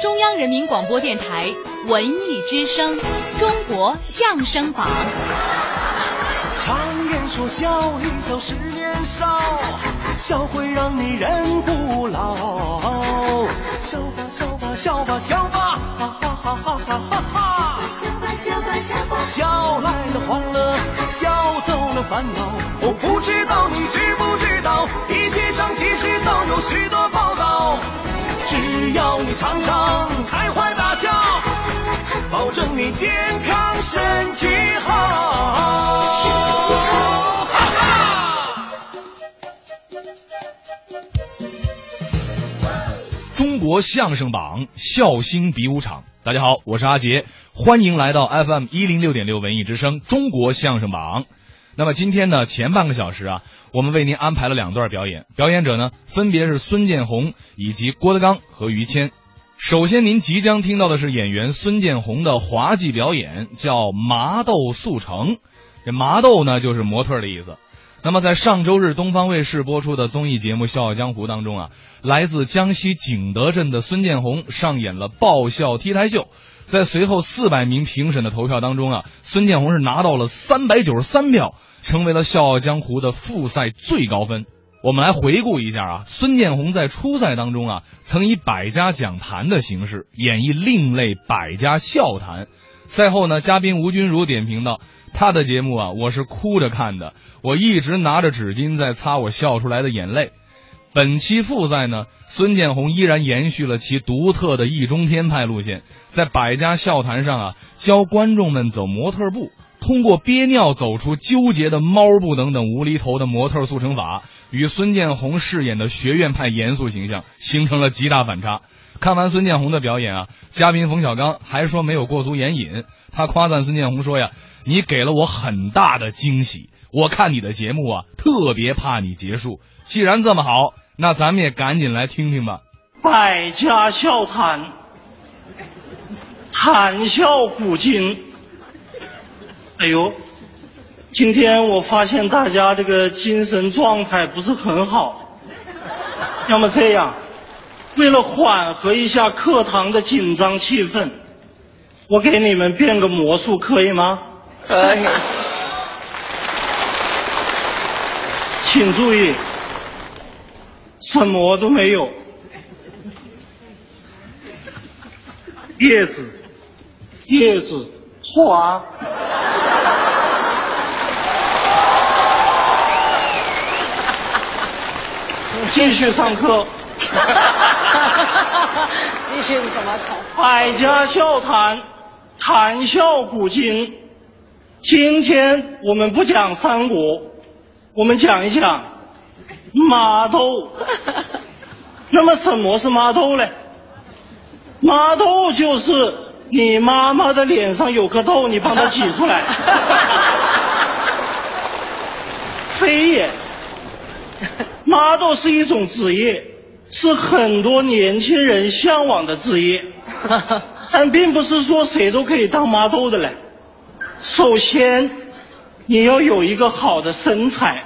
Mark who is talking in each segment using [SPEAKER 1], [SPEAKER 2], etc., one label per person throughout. [SPEAKER 1] 中央人民广播电台文艺之声《中国相声榜》。
[SPEAKER 2] 常言说笑一笑十年少，笑会让你人不老。笑吧笑吧笑吧笑吧，哈哈哈哈哈哈哈！
[SPEAKER 3] 笑吧笑吧笑吧，
[SPEAKER 2] 笑来了欢乐，笑走了烦恼。我不知道你知不知道，地球上其实早有许多报道。只要你常常开怀大笑，保证你健康身体好。
[SPEAKER 3] 身体好
[SPEAKER 2] 哈哈。
[SPEAKER 4] 中国相声榜笑星比武场。大家好，我是阿杰，欢迎来到 FM 一零六点六文艺之声《中国相声榜》。那么今天呢，前半个小时啊，我们为您安排了两段表演，表演者呢分别是孙建宏以及郭德纲和于谦。首先，您即将听到的是演员孙建宏的滑稽表演，叫《麻豆速成》。这麻豆呢，就是模特儿的意思。那么，在上周日东方卫视播出的综艺节目《笑傲江湖》当中啊，来自江西景德镇的孙建宏上演了爆笑 T 台秀。在随后四百名评审的投票当中啊，孙建宏是拿到了三百九十三票，成为了《笑傲江湖》的复赛最高分。我们来回顾一下啊，孙建宏在初赛当中啊，曾以百家讲坛的形式演绎另类百家笑谈。赛后呢，嘉宾吴君如点评到，他的节目啊，我是哭着看的，我一直拿着纸巾在擦我笑出来的眼泪。本期复赛呢，孙建宏依然延续了其独特的易中天派路线，在百家笑谈上啊，教观众们走模特步，通过憋尿走出纠结的猫步等等无厘头的模特速成法，与孙建宏饰演的学院派严肃形象形成了极大反差。看完孙建宏的表演啊，嘉宾冯小刚还说没有过足眼瘾，他夸赞孙建宏说呀：“你给了我很大的惊喜，我看你的节目啊，特别怕你结束。既然这么好，那咱们也赶紧来听听吧。
[SPEAKER 5] 百家笑谈，谈笑古今。哎呦，今天我发现大家这个精神状态不是很好。要么这样，为了缓和一下课堂的紧张气氛，我给你们变个魔术，可以吗？
[SPEAKER 3] 可以，
[SPEAKER 5] 请注意，什么都没有。叶子，叶子，啊花。继续上课，
[SPEAKER 6] 继续你怎么唱？
[SPEAKER 5] 百家笑谈，谈笑古今。今天我们不讲三国，我们讲一讲麻豆。那么什么是麻豆嘞？麻豆就是你妈妈的脸上有颗痘，你帮她挤出来。非也，麻豆是一种职业，是很多年轻人向往的职业，但并不是说谁都可以当麻豆的嘞。首先，你要有一个好的身材，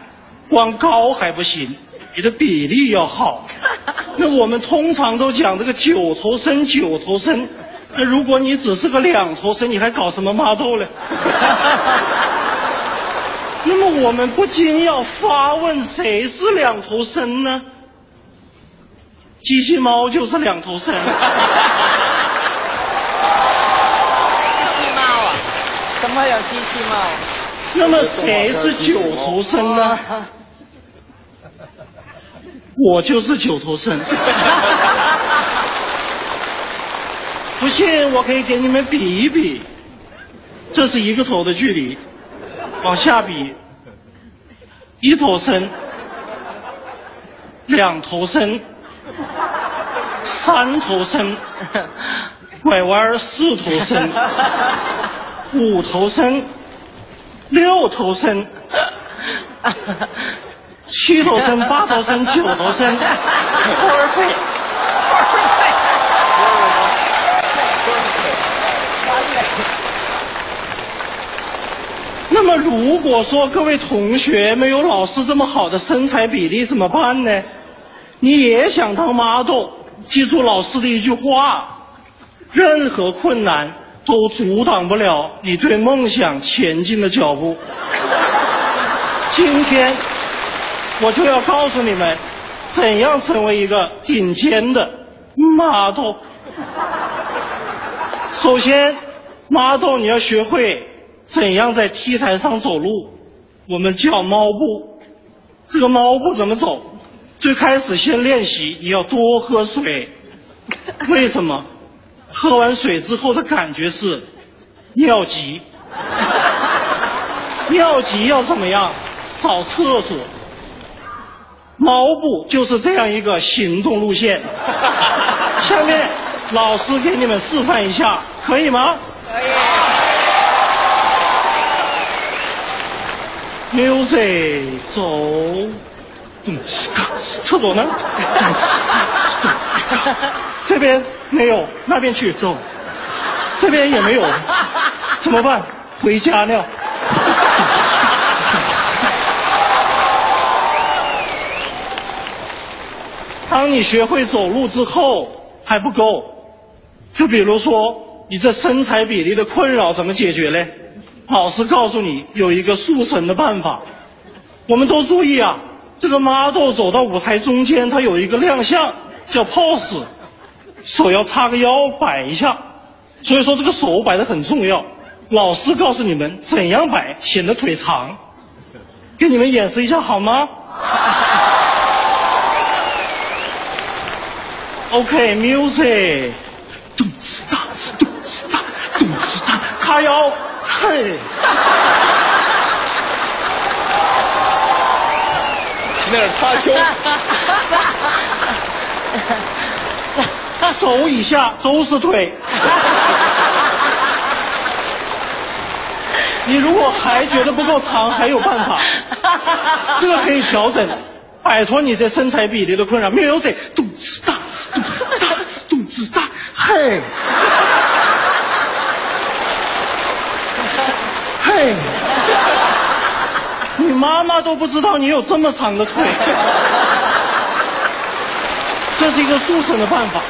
[SPEAKER 5] 光高还不行，你的比例要好。那我们通常都讲这个九头身，九头身。那如果你只是个两头身，你还搞什么麻豆嘞？那么我们不禁要发问：谁是两头身呢？机器猫就是两头身。
[SPEAKER 6] 机器猫啊？怎么有机器猫？
[SPEAKER 5] 那么谁是九头身呢？我就是九头身。不信，我可以给你们比一比。这是一个头的距离，往下比，一头身，两头身，三头身，拐弯儿四头身，五头身，六头身，七头 身、八头身、九头身，托儿费。那么，如果说各位同学没有老师这么好的身材比例怎么办呢？你也想当 model，记住老师的一句话：任何困难都阻挡不了你对梦想前进的脚步。今天，我就要告诉你们，怎样成为一个顶尖的 model。首先，model 你要学会怎样在 T 台上走路，我们叫猫步。这个猫步怎么走？最开始先练习，你要多喝水。为什么？喝完水之后的感觉是尿急。尿急要怎么样？找厕所。毛步就是这样一个行动路线。下面老师给你们示范一下，可以吗？
[SPEAKER 6] 可以。
[SPEAKER 5] music 走，嗯，厕所呢？这边没有，那边去走，这边也没有，怎么办？回家尿。当你学会走路之后还不够，就比如说你这身材比例的困扰怎么解决嘞？老师告诉你有一个塑身的办法，我们都注意啊，这个 model 走到舞台中间，它有一个亮相叫 pose，手要叉个腰摆一下，所以说这个手摆的很重要。老师告诉你们怎样摆显得腿长，给你们演示一下好吗？OK，music，、咚哧哒，咚哧哒，咚哧哒，叉腰，嘿。
[SPEAKER 7] 那是擦胸。
[SPEAKER 5] 手以下都是腿。你如果还觉得不够长，还有办法，这个可以调整，摆脱你这身材比例的困扰。没有嘴，咚哧哒，咚哧哒，咚哧哒，嘿，嘿，你妈妈都不知道你有这么长的腿。这是一个速成的办法。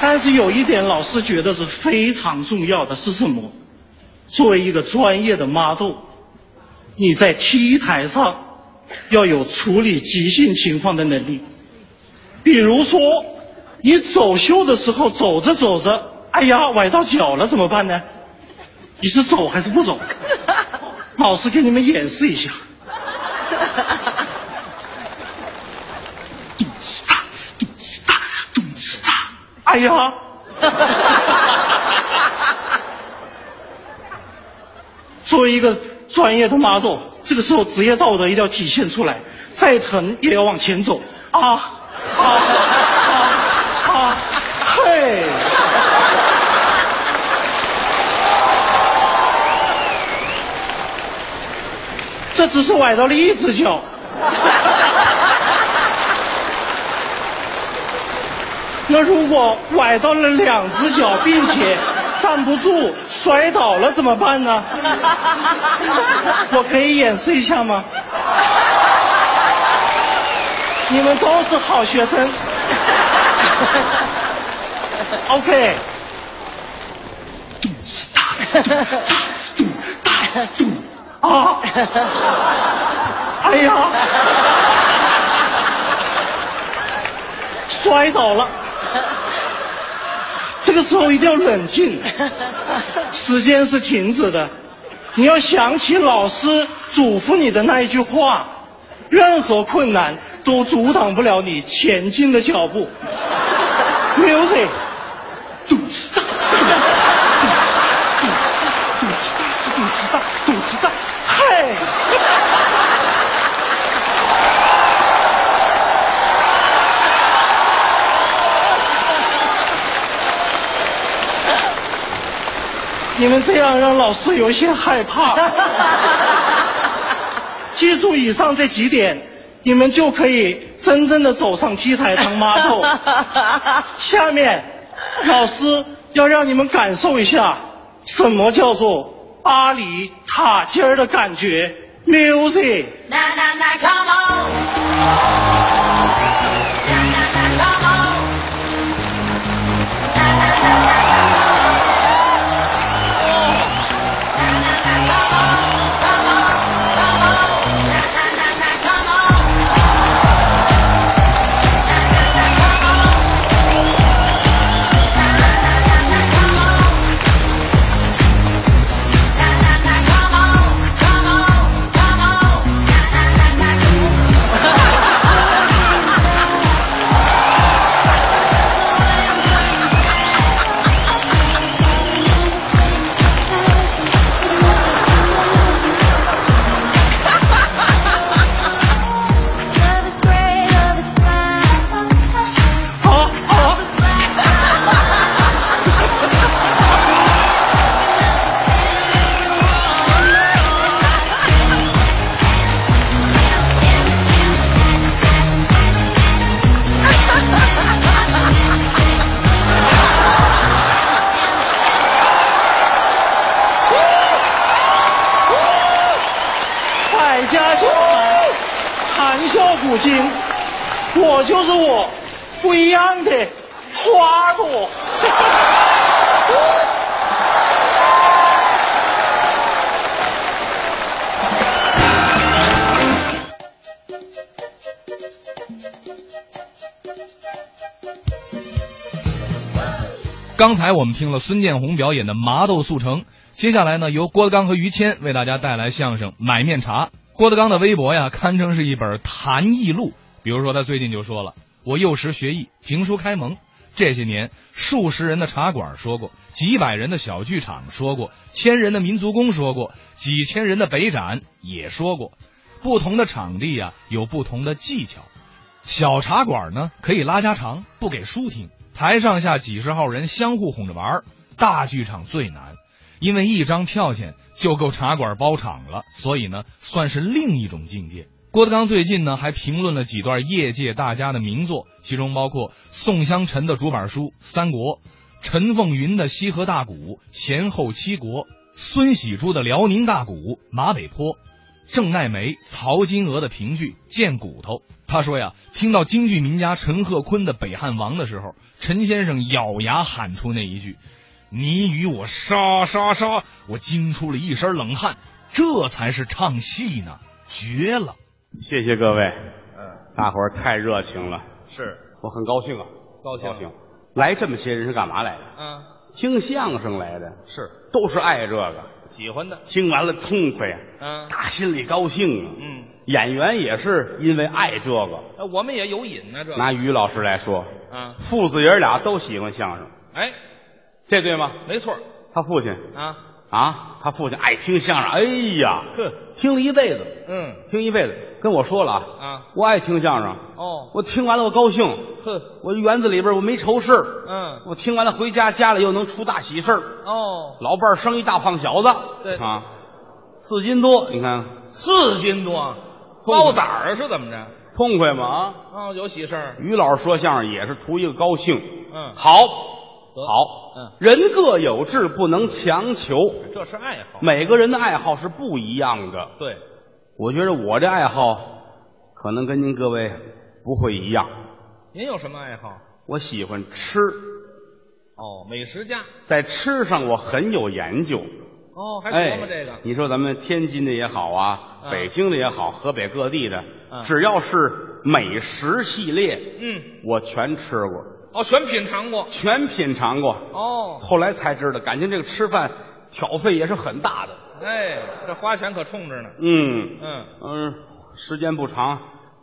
[SPEAKER 5] 但是有一点，老师觉得是非常重要的是什么？作为一个专业的 model，你在 T 台上要有处理急性情况的能力。比如说，你走秀的时候走着走着，哎呀，崴到脚了怎么办呢？你是走还是不走？老师给你们演示一下。咚哧哒，咚哧哒，咚哧哒。哎呀！作为一个专业的 model，这个时候职业道德一定要体现出来，再疼也要往前走 啊啊啊啊！嘿。这只是崴到了一只脚，那如果崴到了两只脚，并且站不住摔倒了怎么办呢？ 我可以演示一下吗？你们都是好学生。OK。啊！哎呀！摔倒了。这个时候一定要冷静，时间是停止的，你要想起老师嘱咐你的那一句话：任何困难都阻挡不了你前进的脚步。Music，咚哧哒，咚哧哒，咚哧哒，咚哧哒，咚哧哒，嘿。你们这样让老师有一些害怕。记住以上这几点，你们就可以真正的走上 T 台当 model。下面，老师要让你们感受一下什么叫做巴黎塔尖儿的感觉。Music。
[SPEAKER 3] Na na na come on. Na na na come on. Na na na na come on.
[SPEAKER 5] 古今，我就是我，不一样的花朵。
[SPEAKER 4] 刚才我们听了孙建宏表演的《麻豆速成》，接下来呢，由郭德纲和于谦为大家带来相声《买面茶》。郭德纲的微博呀，堪称是一本谈艺录。比如说，他最近就说了：“我幼时学艺，评书开蒙。这些年，数十人的茶馆说过，几百人的小剧场说过，千人的民族宫说过，几千人的北展也说过。不同的场地呀，有不同的技巧。小茶馆呢，可以拉家常，不给书听。台上下几十号人相互哄着玩儿。大剧场最难，因为一张票钱就够茶馆包场了，所以呢，算是另一种境界。郭德纲最近呢，还评论了几段业界大家的名作，其中包括宋湘臣的主板书《三国》，陈凤云的《西河大鼓》前后七国，孙喜珠的《辽宁大鼓》《马北坡》。郑奈梅、曹金娥的评剧《贱骨头》，他说呀，听到京剧名家陈鹤坤的《北汉王》的时候，陈先生咬牙喊出那一句：“你与我杀杀杀！”我惊出了一身冷汗，这才是唱戏呢，绝了！
[SPEAKER 8] 谢谢各位，嗯，大伙儿太热情了，是我很高兴啊，高兴高兴，来这么些人是干嘛来的？
[SPEAKER 9] 嗯，
[SPEAKER 8] 听相声来的，
[SPEAKER 9] 是
[SPEAKER 8] 都是爱这个，
[SPEAKER 9] 喜欢的，
[SPEAKER 8] 听完了痛快啊，
[SPEAKER 9] 嗯
[SPEAKER 8] 打心里高兴啊。
[SPEAKER 9] 嗯，
[SPEAKER 8] 演员也是因为爱这个。
[SPEAKER 9] 那我们也有瘾呢，这
[SPEAKER 8] 拿于老师来说，
[SPEAKER 9] 啊，
[SPEAKER 8] 父子爷儿俩都喜欢相声，
[SPEAKER 9] 哎，
[SPEAKER 8] 这对吗？
[SPEAKER 9] 没错
[SPEAKER 8] 他父亲
[SPEAKER 9] 啊，
[SPEAKER 8] 啊，他父亲爱听相声，哎呀，
[SPEAKER 9] 哼，
[SPEAKER 8] 听了一辈子，
[SPEAKER 9] 嗯
[SPEAKER 8] 听一辈子，跟我说了啊，
[SPEAKER 9] 啊，
[SPEAKER 8] 我爱听相声，
[SPEAKER 9] 哦，
[SPEAKER 8] 我听完了我高兴，
[SPEAKER 9] 哼，
[SPEAKER 8] 我园子里边我没愁事儿，
[SPEAKER 9] 嗯，
[SPEAKER 8] 我听完了回家，家里又能出大喜事儿。
[SPEAKER 9] 哦，
[SPEAKER 8] 老伴儿生一大胖小子，
[SPEAKER 9] 对
[SPEAKER 8] 啊，四斤多，你看
[SPEAKER 9] 四斤多，包崽儿是怎么着？
[SPEAKER 8] 哎痛快吗？啊，
[SPEAKER 9] 哦，有喜事儿，
[SPEAKER 8] 于老师说相声也是图一个高兴，
[SPEAKER 9] 嗯，
[SPEAKER 8] 好，
[SPEAKER 9] 得
[SPEAKER 8] 好，
[SPEAKER 9] 嗯，
[SPEAKER 8] 人各有志，不能强求。
[SPEAKER 9] 这是爱好，
[SPEAKER 8] 每个人的爱好是不一样的，
[SPEAKER 9] 对，
[SPEAKER 8] 我觉得我这爱好可能跟您各位不会一样。
[SPEAKER 9] 您有什么爱好？
[SPEAKER 8] 我喜欢吃，
[SPEAKER 9] 哦，美食家，
[SPEAKER 8] 在吃上我很有研究。
[SPEAKER 9] 哦，还琢磨这个
[SPEAKER 8] 哎，你说咱们天津的也好啊，
[SPEAKER 9] 嗯
[SPEAKER 8] 北京的也好，河北各地的，
[SPEAKER 9] 嗯
[SPEAKER 8] 只要是美食系列，
[SPEAKER 9] 嗯，
[SPEAKER 8] 我全吃过，
[SPEAKER 9] 哦，全品尝过，
[SPEAKER 8] 全品尝过。
[SPEAKER 9] 哦，
[SPEAKER 8] 后来才知道，感情这个吃饭挑费也是很大的。
[SPEAKER 9] 哎，这花钱可冲着呢，
[SPEAKER 8] 嗯
[SPEAKER 9] 嗯，
[SPEAKER 8] 嗯，时间不长，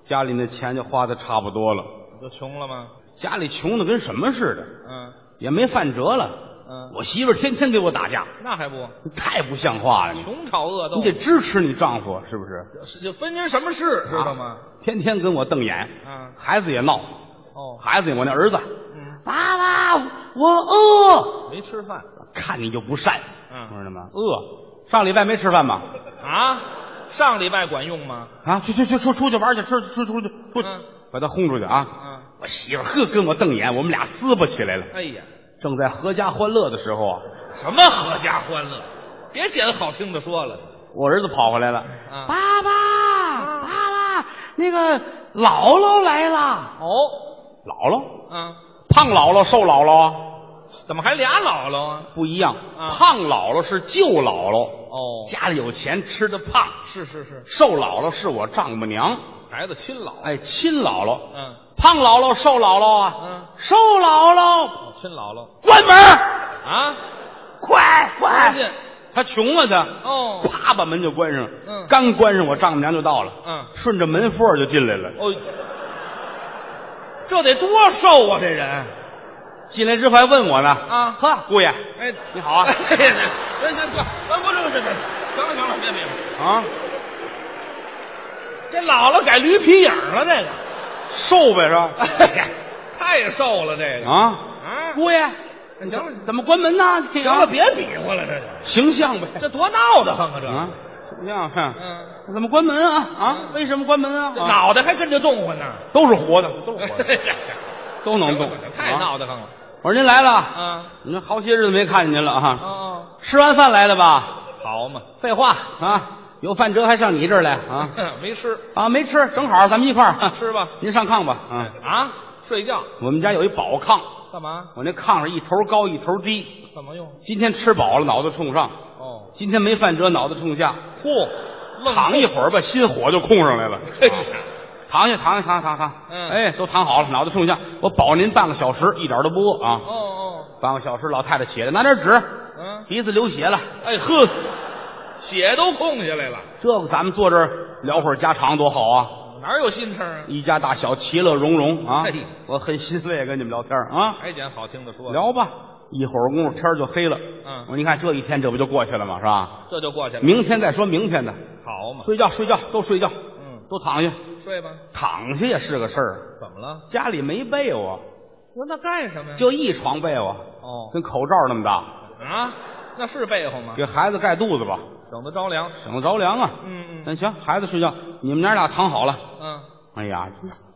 [SPEAKER 8] 家里那钱就花的差不多了，
[SPEAKER 9] 就穷了吗？
[SPEAKER 8] 家里穷的跟什么似的，
[SPEAKER 9] 嗯
[SPEAKER 8] 也没饭辙了。
[SPEAKER 9] 嗯，
[SPEAKER 8] 我媳妇儿天天给我打架，
[SPEAKER 9] 那还不
[SPEAKER 8] 太不像话了，你
[SPEAKER 9] 穷吵恶斗？
[SPEAKER 8] 你得支持你丈夫是不是？啊
[SPEAKER 9] 是就分您什么事，知道吗？
[SPEAKER 8] 天天跟我瞪眼，
[SPEAKER 9] 嗯
[SPEAKER 8] 孩子也闹，
[SPEAKER 9] 哦，
[SPEAKER 8] 孩子也我那儿子，
[SPEAKER 9] 嗯，
[SPEAKER 8] 爸爸，我饿，
[SPEAKER 9] 没吃饭
[SPEAKER 8] 看你就不善，
[SPEAKER 9] 嗯
[SPEAKER 8] 知道吗？饿，上礼拜没吃饭吧？
[SPEAKER 9] 啊？上礼拜管用吗？
[SPEAKER 8] 啊，去去去出出去玩去，吃出出去出去
[SPEAKER 9] 嗯，
[SPEAKER 8] 把他轰出去啊！
[SPEAKER 9] 啊，
[SPEAKER 8] 我媳妇儿呵跟我瞪眼，我们俩撕巴起来了。
[SPEAKER 9] 哎呀，
[SPEAKER 8] 正在阖家欢乐的时候啊，
[SPEAKER 9] 什么合家欢乐？别捡好听的说了
[SPEAKER 8] 我儿子跑回来了，
[SPEAKER 9] 啊！
[SPEAKER 8] 爸爸，爸爸，那个姥姥来了，
[SPEAKER 9] 哦，
[SPEAKER 8] 姥姥，
[SPEAKER 9] 啊，
[SPEAKER 8] 胖姥姥，瘦姥姥啊
[SPEAKER 9] 怎么还俩姥姥啊？
[SPEAKER 8] 不一样，
[SPEAKER 9] 啊
[SPEAKER 8] 胖姥姥是舅姥姥，
[SPEAKER 9] 哦，
[SPEAKER 8] 家里有钱，吃的胖。
[SPEAKER 9] 是是是，
[SPEAKER 8] 瘦姥姥是我丈母娘，
[SPEAKER 9] 孩子亲姥，
[SPEAKER 8] 哎，亲姥姥，
[SPEAKER 9] 嗯
[SPEAKER 8] 胖姥姥，瘦姥姥啊，
[SPEAKER 9] 嗯，哦
[SPEAKER 8] 瘦姥姥，
[SPEAKER 9] 亲姥姥
[SPEAKER 8] 关门，
[SPEAKER 9] 啊，
[SPEAKER 8] 快
[SPEAKER 9] 关
[SPEAKER 8] 快！
[SPEAKER 9] 键
[SPEAKER 8] 他穷啊，他，
[SPEAKER 9] 哦，
[SPEAKER 8] 啪把门就关上，
[SPEAKER 9] 嗯
[SPEAKER 8] 刚关上，我丈母娘就到了，
[SPEAKER 9] 嗯
[SPEAKER 8] 顺着门缝儿就进来了。
[SPEAKER 9] 哦，这得多瘦啊，这人
[SPEAKER 8] 进来之后还问我呢，
[SPEAKER 9] 啊
[SPEAKER 8] 呵，姑爷
[SPEAKER 9] 哎，
[SPEAKER 8] 你 好啊
[SPEAKER 9] 哎行行行，行不是不是不是，行了行了，别别别。
[SPEAKER 8] 啊，
[SPEAKER 9] 这姥姥改驴皮影了，这个，
[SPEAKER 8] 瘦呗是吧？
[SPEAKER 9] 哎呀， 太瘦了，这个
[SPEAKER 8] 啊，
[SPEAKER 9] 啊
[SPEAKER 8] 姑爷，
[SPEAKER 9] 行了，
[SPEAKER 8] 怎么关门呢？行
[SPEAKER 9] 行了，别比划了，这个，
[SPEAKER 8] 形象呗，
[SPEAKER 9] 这多闹得慌啊，这，
[SPEAKER 8] 啊，形象，哼
[SPEAKER 9] 嗯，
[SPEAKER 8] 怎么关门啊？啊，为什么关门啊？啊
[SPEAKER 9] 脑袋还跟着动唤呢，
[SPEAKER 8] 都是活的，都 是活的，
[SPEAKER 9] 这
[SPEAKER 8] 都能动，
[SPEAKER 9] 太
[SPEAKER 8] 啊
[SPEAKER 9] 闹得慌了
[SPEAKER 8] 我说您来了，
[SPEAKER 9] 啊！
[SPEAKER 8] 你说好些日子没看见您了啊，
[SPEAKER 9] 哦，
[SPEAKER 8] 吃完饭来的吧？
[SPEAKER 9] 好嘛，
[SPEAKER 8] 废话啊，有饭辙还上你这儿来啊？
[SPEAKER 9] 没吃
[SPEAKER 8] 啊，没吃，正好咱们一块儿
[SPEAKER 9] 吃吧。
[SPEAKER 8] 您上炕吧啊！
[SPEAKER 9] 啊，睡觉
[SPEAKER 8] 我们家有一宝炕，
[SPEAKER 9] 干嘛？
[SPEAKER 8] 我那炕上一头高一头低。
[SPEAKER 9] 怎么用？
[SPEAKER 8] 今天吃饱了，脑子冲上；
[SPEAKER 9] 哦，
[SPEAKER 8] 今天没饭辙，脑子冲下。
[SPEAKER 9] 嚯，愣
[SPEAKER 8] 躺一会儿吧，心火就空上来了。
[SPEAKER 9] 嘿
[SPEAKER 8] 躺下，躺下，躺躺躺。
[SPEAKER 9] 嗯
[SPEAKER 8] 哎，都躺好了，脑袋冲下。我保您半个小时，一点都不饿啊。
[SPEAKER 9] 哦哦，
[SPEAKER 8] 半个小时，老太太起来拿点纸，
[SPEAKER 9] 嗯，
[SPEAKER 8] 鼻子流血了。
[SPEAKER 9] 哎呵，血都空下来了，
[SPEAKER 8] 这个咱们坐这儿聊会儿家常多好啊！
[SPEAKER 9] 哪有心肠啊？
[SPEAKER 8] 一家大小其乐融融啊
[SPEAKER 9] 嘿！
[SPEAKER 8] 我很欣慰跟你们聊天啊，
[SPEAKER 9] 还捡好听的说，
[SPEAKER 8] 聊吧。一会儿功夫天儿就黑了，
[SPEAKER 9] 嗯
[SPEAKER 8] 我你看这一天这不就过去了吗？是吧？
[SPEAKER 9] 这就过去了。
[SPEAKER 8] 明天再说明天的，
[SPEAKER 9] 好嘛，
[SPEAKER 8] 睡觉睡觉都睡觉，
[SPEAKER 9] 嗯，
[SPEAKER 8] 都躺下，
[SPEAKER 9] 睡吧。
[SPEAKER 8] 躺下也是个事儿。
[SPEAKER 9] 怎么了？
[SPEAKER 8] 家里没被窝，
[SPEAKER 9] 我那干什么呀？
[SPEAKER 8] 就一床被窝，
[SPEAKER 9] 哦
[SPEAKER 8] 跟口罩那么大，
[SPEAKER 9] 啊，那是被后吗？
[SPEAKER 8] 给孩子盖肚子吧，
[SPEAKER 9] 省得着凉。
[SPEAKER 8] 省得着娘啊。
[SPEAKER 9] 嗯嗯
[SPEAKER 8] 那行，孩子睡觉，你们娘俩躺好了。
[SPEAKER 9] 嗯，
[SPEAKER 8] 哎呀，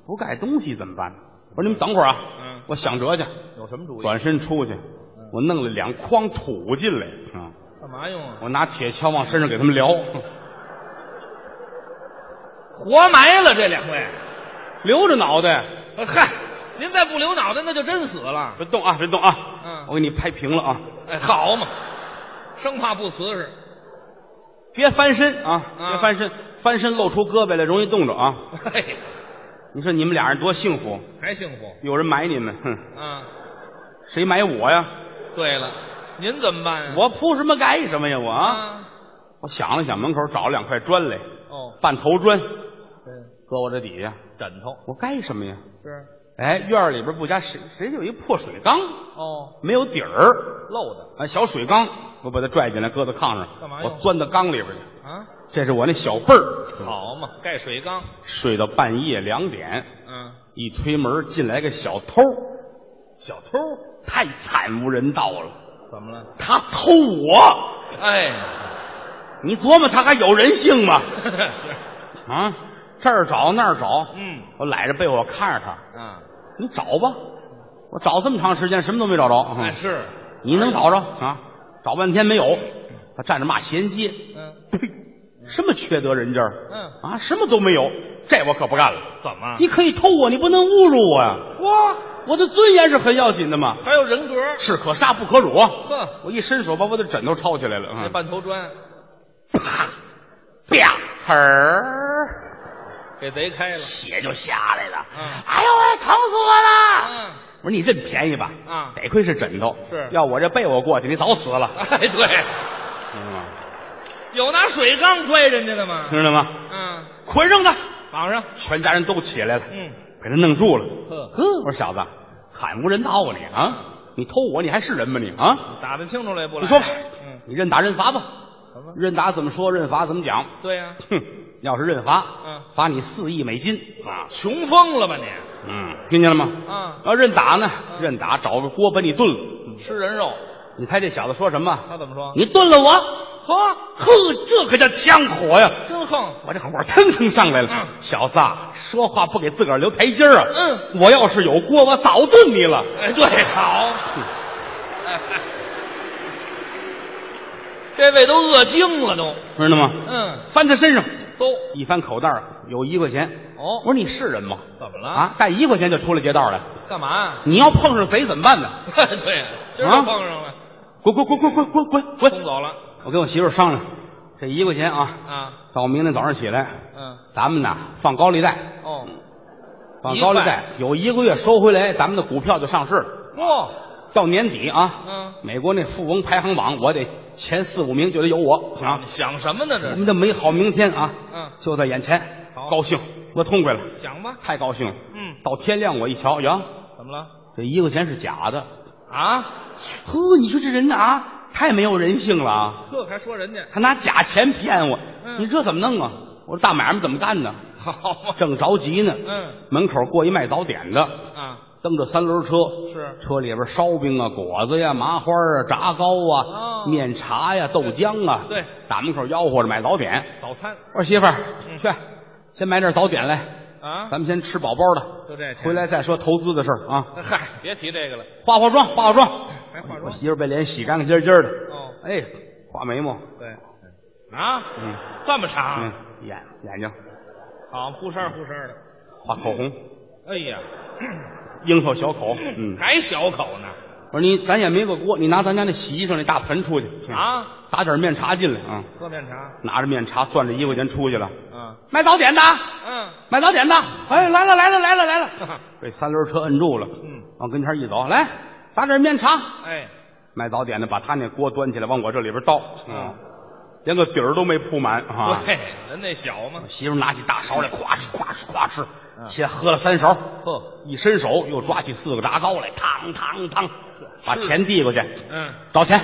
[SPEAKER 8] 不盖东西怎么办？我说你们等会儿啊，
[SPEAKER 9] 嗯
[SPEAKER 8] 我想辙去。
[SPEAKER 9] 有什么主意？嗯
[SPEAKER 8] 转身出去，我弄了两筐土进来，啊，
[SPEAKER 9] 干嘛用啊？
[SPEAKER 8] 我拿铁锹往身上给他们 撩，
[SPEAKER 9] 活埋了这两位。
[SPEAKER 8] 留着脑袋，
[SPEAKER 9] 呃嗨，您再不留脑袋，那就真死了。
[SPEAKER 8] 别动啊，别动啊，
[SPEAKER 9] 嗯
[SPEAKER 8] 我给你拍平了啊，
[SPEAKER 9] 哎，好嘛，生怕不瓷实。
[SPEAKER 8] 别翻身啊，
[SPEAKER 9] 啊
[SPEAKER 8] 别翻身，翻身露出胳膊来容易冻着啊。
[SPEAKER 9] 嘿，
[SPEAKER 8] 你说你们俩人多幸福，
[SPEAKER 9] 还幸福
[SPEAKER 8] 有人买你们，哼，
[SPEAKER 9] 啊！
[SPEAKER 8] 谁买我呀？
[SPEAKER 9] 对了，您怎么办啊呀？
[SPEAKER 8] 我铺什么盖什么呀？我啊，
[SPEAKER 9] 啊，
[SPEAKER 8] 我想了想，门口找了两块砖来，
[SPEAKER 9] 哦，
[SPEAKER 8] 半头 砖
[SPEAKER 9] 对，
[SPEAKER 8] 搁我这底下，
[SPEAKER 9] 枕头
[SPEAKER 8] 我盖什么呀？
[SPEAKER 9] 是
[SPEAKER 8] 哎，院儿里边不加谁谁有一破水缸，
[SPEAKER 9] 哦，
[SPEAKER 8] 没有底儿。
[SPEAKER 9] 漏的
[SPEAKER 8] 啊，小水缸，我把它拽进来，搁到炕上，
[SPEAKER 9] 干嘛用
[SPEAKER 8] 我钻到缸里边去。
[SPEAKER 9] 啊，
[SPEAKER 8] 这是我那小辈儿，
[SPEAKER 9] 好嘛，盖水缸，
[SPEAKER 8] 睡到半夜两点，
[SPEAKER 9] 嗯，
[SPEAKER 8] 一推门进来个小偷，
[SPEAKER 9] 小偷
[SPEAKER 8] 太惨无人道了，
[SPEAKER 9] 怎么了？
[SPEAKER 8] 他偷我，
[SPEAKER 9] 哎，
[SPEAKER 8] 你琢磨他还有人性 吗？
[SPEAKER 9] 是
[SPEAKER 8] 啊，这儿找那儿找，
[SPEAKER 9] 嗯
[SPEAKER 8] 我揽着被窝看着他，
[SPEAKER 9] 啊，
[SPEAKER 8] 你找吧，我找这么长时间什么都没找着，
[SPEAKER 9] 哎是，哎
[SPEAKER 8] 你能找着啊？找半天没有，他站着骂衔接，
[SPEAKER 9] 嗯
[SPEAKER 8] 呸，什么缺德人家儿？
[SPEAKER 9] 嗯，
[SPEAKER 8] 啊，什么都没有，这我可不干了。
[SPEAKER 9] 怎么？
[SPEAKER 8] 你可以偷我，你不能侮辱我呀、
[SPEAKER 9] 哇，
[SPEAKER 8] 我的尊严是很要紧的嘛，
[SPEAKER 9] 还有人格，
[SPEAKER 8] 士可杀不可辱啊。
[SPEAKER 9] 呵，
[SPEAKER 8] 我一伸手把我的枕头抄起来了，
[SPEAKER 9] 那
[SPEAKER 8] 嗯，
[SPEAKER 9] 半头砖
[SPEAKER 8] 啪，啪，呲
[SPEAKER 9] 嗯
[SPEAKER 8] 儿，
[SPEAKER 9] 给贼开了，
[SPEAKER 8] 血就啊下来了。
[SPEAKER 9] 嗯
[SPEAKER 8] 哎呦喂，疼死我了！
[SPEAKER 9] 嗯，
[SPEAKER 8] 我说你认便宜吧，
[SPEAKER 9] 啊
[SPEAKER 8] 得亏是枕头，
[SPEAKER 9] 是
[SPEAKER 8] 要我这被我过去，你早死了，
[SPEAKER 9] 哎对，
[SPEAKER 8] 嗯
[SPEAKER 9] 有拿水缸拽人家的吗？
[SPEAKER 8] 知道吗？
[SPEAKER 9] 嗯，
[SPEAKER 8] 捆上他，
[SPEAKER 9] 绑上，
[SPEAKER 8] 全家人都起来了，
[SPEAKER 9] 嗯，
[SPEAKER 8] 给他弄住了。
[SPEAKER 9] 呵，嗯
[SPEAKER 8] 呵，我说小子，惨无人道啊你啊！你偷我，你还是人吗你啊？
[SPEAKER 9] 打得清楚了也不来。
[SPEAKER 8] 你说吧，
[SPEAKER 9] 嗯，
[SPEAKER 8] 你认打认罚吧，
[SPEAKER 9] 什么？
[SPEAKER 8] 认打怎么说，认罚怎么讲？
[SPEAKER 9] 对呀、
[SPEAKER 8] 哼，要是认罚，
[SPEAKER 9] 嗯
[SPEAKER 8] 罚你四亿美金啊！
[SPEAKER 9] 穷疯了吧你？
[SPEAKER 8] 嗯，听见了吗？
[SPEAKER 9] 啊，
[SPEAKER 8] 要认打呢，认打找个锅把你炖了。
[SPEAKER 9] 嗯吃人肉，嗯
[SPEAKER 8] 你猜这小子说什么？
[SPEAKER 9] 他怎么说？
[SPEAKER 8] 你炖了我？
[SPEAKER 9] 呵，
[SPEAKER 8] 呵，这可叫枪火呀！
[SPEAKER 9] 啊真横！
[SPEAKER 8] 我这火腾腾上来了，
[SPEAKER 9] 嗯
[SPEAKER 8] 小子啊，说话不给自个儿留台阶儿啊！
[SPEAKER 9] 嗯，
[SPEAKER 8] 我要是有锅，我早炖你了。
[SPEAKER 9] 哎，对， 好。这位都饿精了都。
[SPEAKER 8] 知道吗？
[SPEAKER 9] 嗯，
[SPEAKER 8] 翻他身上，
[SPEAKER 9] 搜
[SPEAKER 8] 一翻口袋儿啊有一块钱。
[SPEAKER 9] 哦
[SPEAKER 8] 我说你是人吗？
[SPEAKER 9] 怎么了？
[SPEAKER 8] 啊，带一块钱就出来劫道来，
[SPEAKER 9] 干嘛？
[SPEAKER 8] 你要碰上贼怎么办呢？
[SPEAKER 9] 对，啊今
[SPEAKER 8] 啊
[SPEAKER 9] 儿就碰上了，
[SPEAKER 8] 滚滚滚滚滚滚滚
[SPEAKER 9] 冲
[SPEAKER 8] 滚！
[SPEAKER 9] 走了
[SPEAKER 8] 我跟我媳妇儿商量，这一块钱啊，
[SPEAKER 9] 啊。
[SPEAKER 8] 到明天早上起来，
[SPEAKER 9] 嗯，
[SPEAKER 8] 咱们呐放高利贷，
[SPEAKER 9] 哦，
[SPEAKER 8] 放高利贷，有一个月收回来，咱们的股票就上市了。
[SPEAKER 9] 哇，
[SPEAKER 8] 到年底啊，
[SPEAKER 9] 嗯，
[SPEAKER 8] 美国那富翁排行榜，我得前四五名就得有我啊
[SPEAKER 9] 你！想什么呢
[SPEAKER 8] 我
[SPEAKER 9] 这
[SPEAKER 8] 们
[SPEAKER 9] 是？
[SPEAKER 8] 的美好明天啊，
[SPEAKER 9] 嗯
[SPEAKER 8] 就在眼前，
[SPEAKER 9] 好
[SPEAKER 8] 高兴，我痛快了，
[SPEAKER 9] 想吧。
[SPEAKER 8] 太高兴了。
[SPEAKER 9] 嗯，
[SPEAKER 8] 到天亮我一瞧，呀，
[SPEAKER 9] 怎么了？
[SPEAKER 8] 这一块钱是假的。
[SPEAKER 9] 啊？
[SPEAKER 8] 呵，你说这人啊，太没有人性了啊！
[SPEAKER 9] 这还说人家
[SPEAKER 8] 他拿假钱骗我，
[SPEAKER 9] 嗯
[SPEAKER 8] 你这怎么弄啊？我说大买卖怎么干呢？
[SPEAKER 9] 好嘛？
[SPEAKER 8] 正着急呢，
[SPEAKER 9] 嗯
[SPEAKER 8] 门口过一卖早点的，
[SPEAKER 9] 啊，
[SPEAKER 8] 蹬着三轮车，
[SPEAKER 9] 是
[SPEAKER 8] 车里边烧饼啊、果子呀、麻花啊、炸糕啊、
[SPEAKER 9] 哦
[SPEAKER 8] 面茶呀、豆浆啊，
[SPEAKER 9] 对，
[SPEAKER 8] 打门口吆喝着买早点。
[SPEAKER 9] 早餐
[SPEAKER 8] 我说媳妇儿，
[SPEAKER 9] 嗯
[SPEAKER 8] 去，先买点早点来，
[SPEAKER 9] 啊，
[SPEAKER 8] 咱们先吃饱饱的，
[SPEAKER 9] 就这钱
[SPEAKER 8] 回来再说投资的事儿啊。
[SPEAKER 9] 嗨，别提这个了，
[SPEAKER 8] 化化妆，化化妆。
[SPEAKER 9] 还化
[SPEAKER 8] 我
[SPEAKER 9] 妆
[SPEAKER 8] 媳妇儿把脸洗干干净净的，
[SPEAKER 9] 哦，
[SPEAKER 8] 哎，画眉毛，
[SPEAKER 9] 对，啊，
[SPEAKER 8] 嗯，
[SPEAKER 9] 这么长
[SPEAKER 8] 嗯
[SPEAKER 9] 啊，，
[SPEAKER 8] 眼眼睛
[SPEAKER 9] 好，呼声儿呼声儿的。
[SPEAKER 8] 画口红，
[SPEAKER 9] 哎呀，
[SPEAKER 8] 樱桃小口，嗯，
[SPEAKER 9] 还小口呢
[SPEAKER 8] 我说你咱也没个锅，你拿咱家那洗衣裳那大盆出去，嗯
[SPEAKER 9] 啊！
[SPEAKER 8] 打点面茶进来啊、
[SPEAKER 9] 喝面茶，
[SPEAKER 8] 拿着面茶攥着一块钱出去了，
[SPEAKER 9] 嗯
[SPEAKER 8] 买早点的，
[SPEAKER 9] 嗯，
[SPEAKER 8] 买早点的，哎，来了来了来了来了，被三轮车摁住了，
[SPEAKER 9] 嗯，
[SPEAKER 8] 往跟前一走，来打点面茶，
[SPEAKER 9] 哎，
[SPEAKER 8] 卖早点的把他那锅端起来往我这里边倒，啊
[SPEAKER 9] 嗯，
[SPEAKER 8] 连个底儿都没铺满啊。
[SPEAKER 9] 对，人那小嘛，
[SPEAKER 8] 媳妇拿起大勺来，咵哧咵哧咵哧，
[SPEAKER 9] 嗯
[SPEAKER 8] 先喝了三勺，呵，一伸手又抓起四个炸糕来，嘡嘡嘡，把钱递过去，
[SPEAKER 9] 嗯，
[SPEAKER 8] 找钱。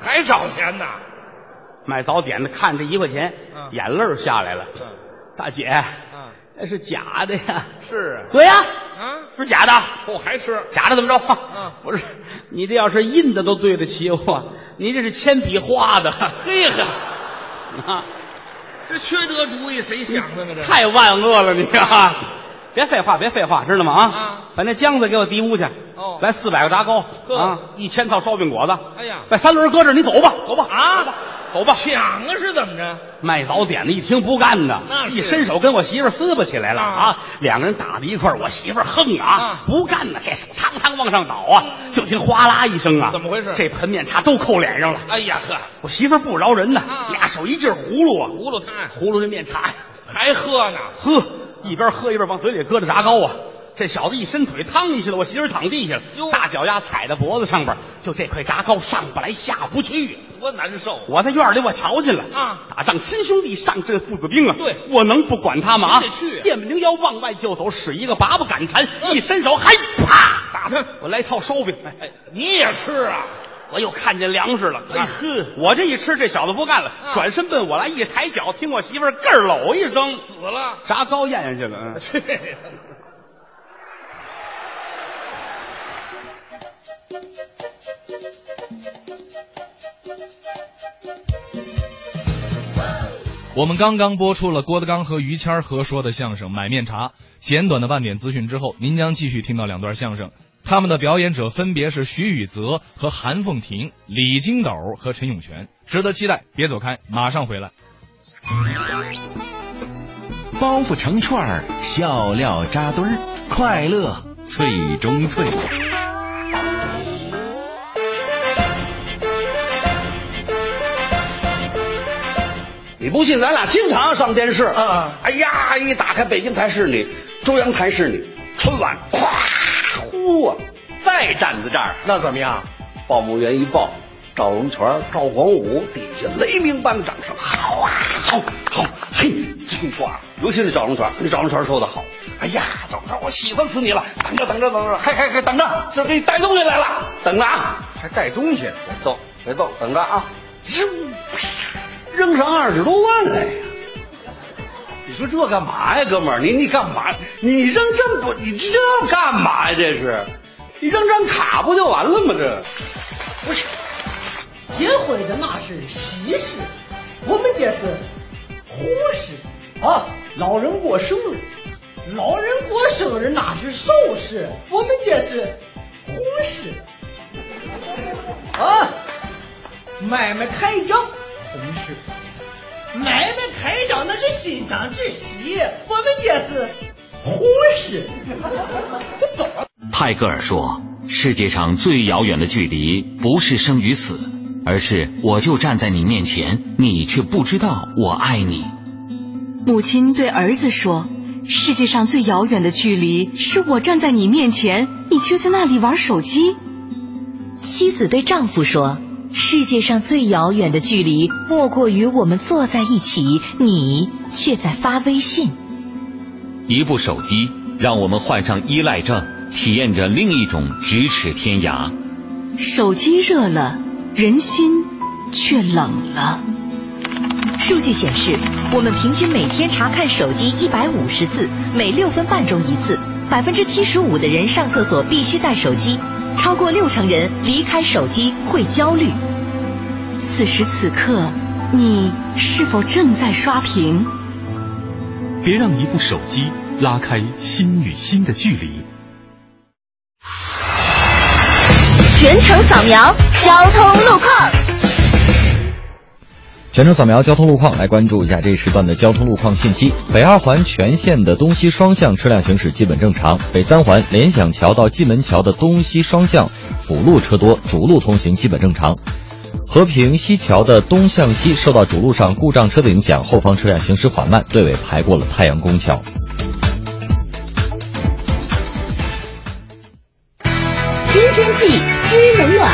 [SPEAKER 9] 还找钱呢，
[SPEAKER 8] 卖早点的看这一块钱，
[SPEAKER 9] 嗯
[SPEAKER 8] 眼泪儿下来了。大姐，
[SPEAKER 9] 嗯，
[SPEAKER 8] 那是假的呀！
[SPEAKER 9] 是
[SPEAKER 8] 对呀，
[SPEAKER 9] 啊，
[SPEAKER 8] 是假的，
[SPEAKER 9] 后还吃，
[SPEAKER 8] 假的怎么着？
[SPEAKER 9] 嗯，
[SPEAKER 8] 不是，你这要是印的都对得起我，你这是铅笔画的，
[SPEAKER 9] 嘿呵。
[SPEAKER 8] 啊，
[SPEAKER 9] 这缺德主意谁想的呢？这
[SPEAKER 8] 太万恶了你啊！ 别废话，别废话，知道吗？啊，
[SPEAKER 9] 啊
[SPEAKER 8] 把那姜子给我提屋去。
[SPEAKER 9] 哦
[SPEAKER 8] 来四百个炸糕
[SPEAKER 9] 呵
[SPEAKER 8] 啊，一千套烧饼果子。
[SPEAKER 9] 哎呀
[SPEAKER 8] 把三轮搁这儿，你走吧，走吧
[SPEAKER 9] 啊
[SPEAKER 8] 走吧走吧。
[SPEAKER 9] 抢啊是怎么着？
[SPEAKER 8] 卖早点的一听不干呐，
[SPEAKER 9] 那是
[SPEAKER 8] 一伸手跟我媳妇儿撕巴起来了
[SPEAKER 9] 啊
[SPEAKER 8] 啊！两个人打到一块儿我媳妇儿横啊
[SPEAKER 9] 啊，嗯
[SPEAKER 8] 不干呐，这手汤汤往上倒啊，就听哗啦一声啊，
[SPEAKER 9] 怎么回事
[SPEAKER 8] 这盆面茶啊都扣脸上了。
[SPEAKER 9] 哎呀呵，
[SPEAKER 8] 我媳妇儿不饶人呐
[SPEAKER 9] 啊，
[SPEAKER 8] 俩手一劲儿葫芦啊，
[SPEAKER 9] 葫芦摊
[SPEAKER 8] 葫芦这面茶呀，
[SPEAKER 9] 还喝呢，
[SPEAKER 8] 呵，一边喝一边往嘴里搁着炸糕啊。这小子一伸腿，趟一下了，我媳妇儿躺地下了
[SPEAKER 9] 哟，
[SPEAKER 8] 大脚丫踩在脖子上边儿，就这块炸糕上不来下不去。
[SPEAKER 9] 多难受啊！
[SPEAKER 8] 我在院儿里我瞧见了
[SPEAKER 9] 啊
[SPEAKER 8] 打仗亲兄弟上阵父子兵啊，
[SPEAKER 9] 对
[SPEAKER 8] 我能不管他吗？
[SPEAKER 9] 你得去啊嗯
[SPEAKER 8] 电不灵腰往外就走，使一个拔不赶缠，一伸手还啪
[SPEAKER 9] 打他
[SPEAKER 8] 我来套烧饼，哎，
[SPEAKER 9] 哎，你也吃啊？
[SPEAKER 8] 我又看见粮食了，
[SPEAKER 9] 哎
[SPEAKER 8] 呵，我这一吃，这小子不干了，
[SPEAKER 9] 啊
[SPEAKER 8] 转身奔我来，一抬脚，听我媳妇儿咯儿搂一声，
[SPEAKER 9] 死了！
[SPEAKER 8] 炸糕咽下去了， 嗯。
[SPEAKER 9] 这
[SPEAKER 4] 我们刚刚播出了郭德纲和于谦儿合说的相声《买面茶》，简短的半点资讯之后，您将继续听到两段相声，他们的表演者分别是徐宇泽和韩凤亭、李金斗和陈永泉，值得期待。别走开，马上回来。
[SPEAKER 10] 包袱成串儿，笑料扎堆儿，快乐最中脆。
[SPEAKER 2] 你不信，咱俩经常上电视。
[SPEAKER 7] 啊！哎呀，一打开北京台是你，中央台是你，春晚咵呼啊，再站在这儿，
[SPEAKER 10] 那怎么样？
[SPEAKER 7] 报幕员一报，赵荣全、赵广武底下雷鸣般掌声，好啊，好，好，嘿，听说啊，尤其是赵荣全，那赵荣全说的好，哎呀，赵荣全，我喜欢死你了，等着，等着，等着，还还还等着，这给你带东西来了，等着啊，
[SPEAKER 10] 还带东西？
[SPEAKER 7] 别动，别动，等着啊，扔，扔上二十多万来呀！你说这干嘛呀，哥们儿？你你干嘛？你扔这么多，你这干嘛呀？这是，你扔张卡不就完了吗？这。
[SPEAKER 11] 不是，劫毁的那是喜事，我们这是祸事啊。老人过生日，老人过生日那是寿事，我们这是红事啊。买卖开张，红事；买卖开张那是欣赏之喜，我们这是红事。走啊！
[SPEAKER 10] 泰戈尔说：“世界上最遥远的距离，不是生与死，而是我就站在你面前，你却不知道我爱你。
[SPEAKER 1] 母亲对儿子说：“世界上最遥远的距离，是我站在你面前，你却在那里玩手机。”妻子对丈夫说：“世界上最遥远的距离，莫过于我们坐在一起，你却在发微信。”
[SPEAKER 10] 一部手机，让我们患上依赖症，体验着另一种咫尺天涯。”
[SPEAKER 1] 手机热了，人心却冷了。数据显示，我们平均每天查看手机一百五十次，每六分半钟一次。百分之七十五的人上厕所必须带手机，超过六成人离开手机会焦虑。此时此刻，你是否正在刷屏？
[SPEAKER 10] 别让一部手机拉开心与心的距离。
[SPEAKER 1] 全程扫描交通路况。
[SPEAKER 12] 全程扫描交通路况，来关注一下这一时段的交通路况信息。北二环全线的东西双向车辆行驶基本正常，北三环联想桥到蓟门桥的东西双向辅路车多，主路通行基本正常。和平西桥的东向西受到主路上故障车的影响，后方车辆行驶缓慢，队尾排过了太阳宫桥。
[SPEAKER 13] 听天气知冷暖。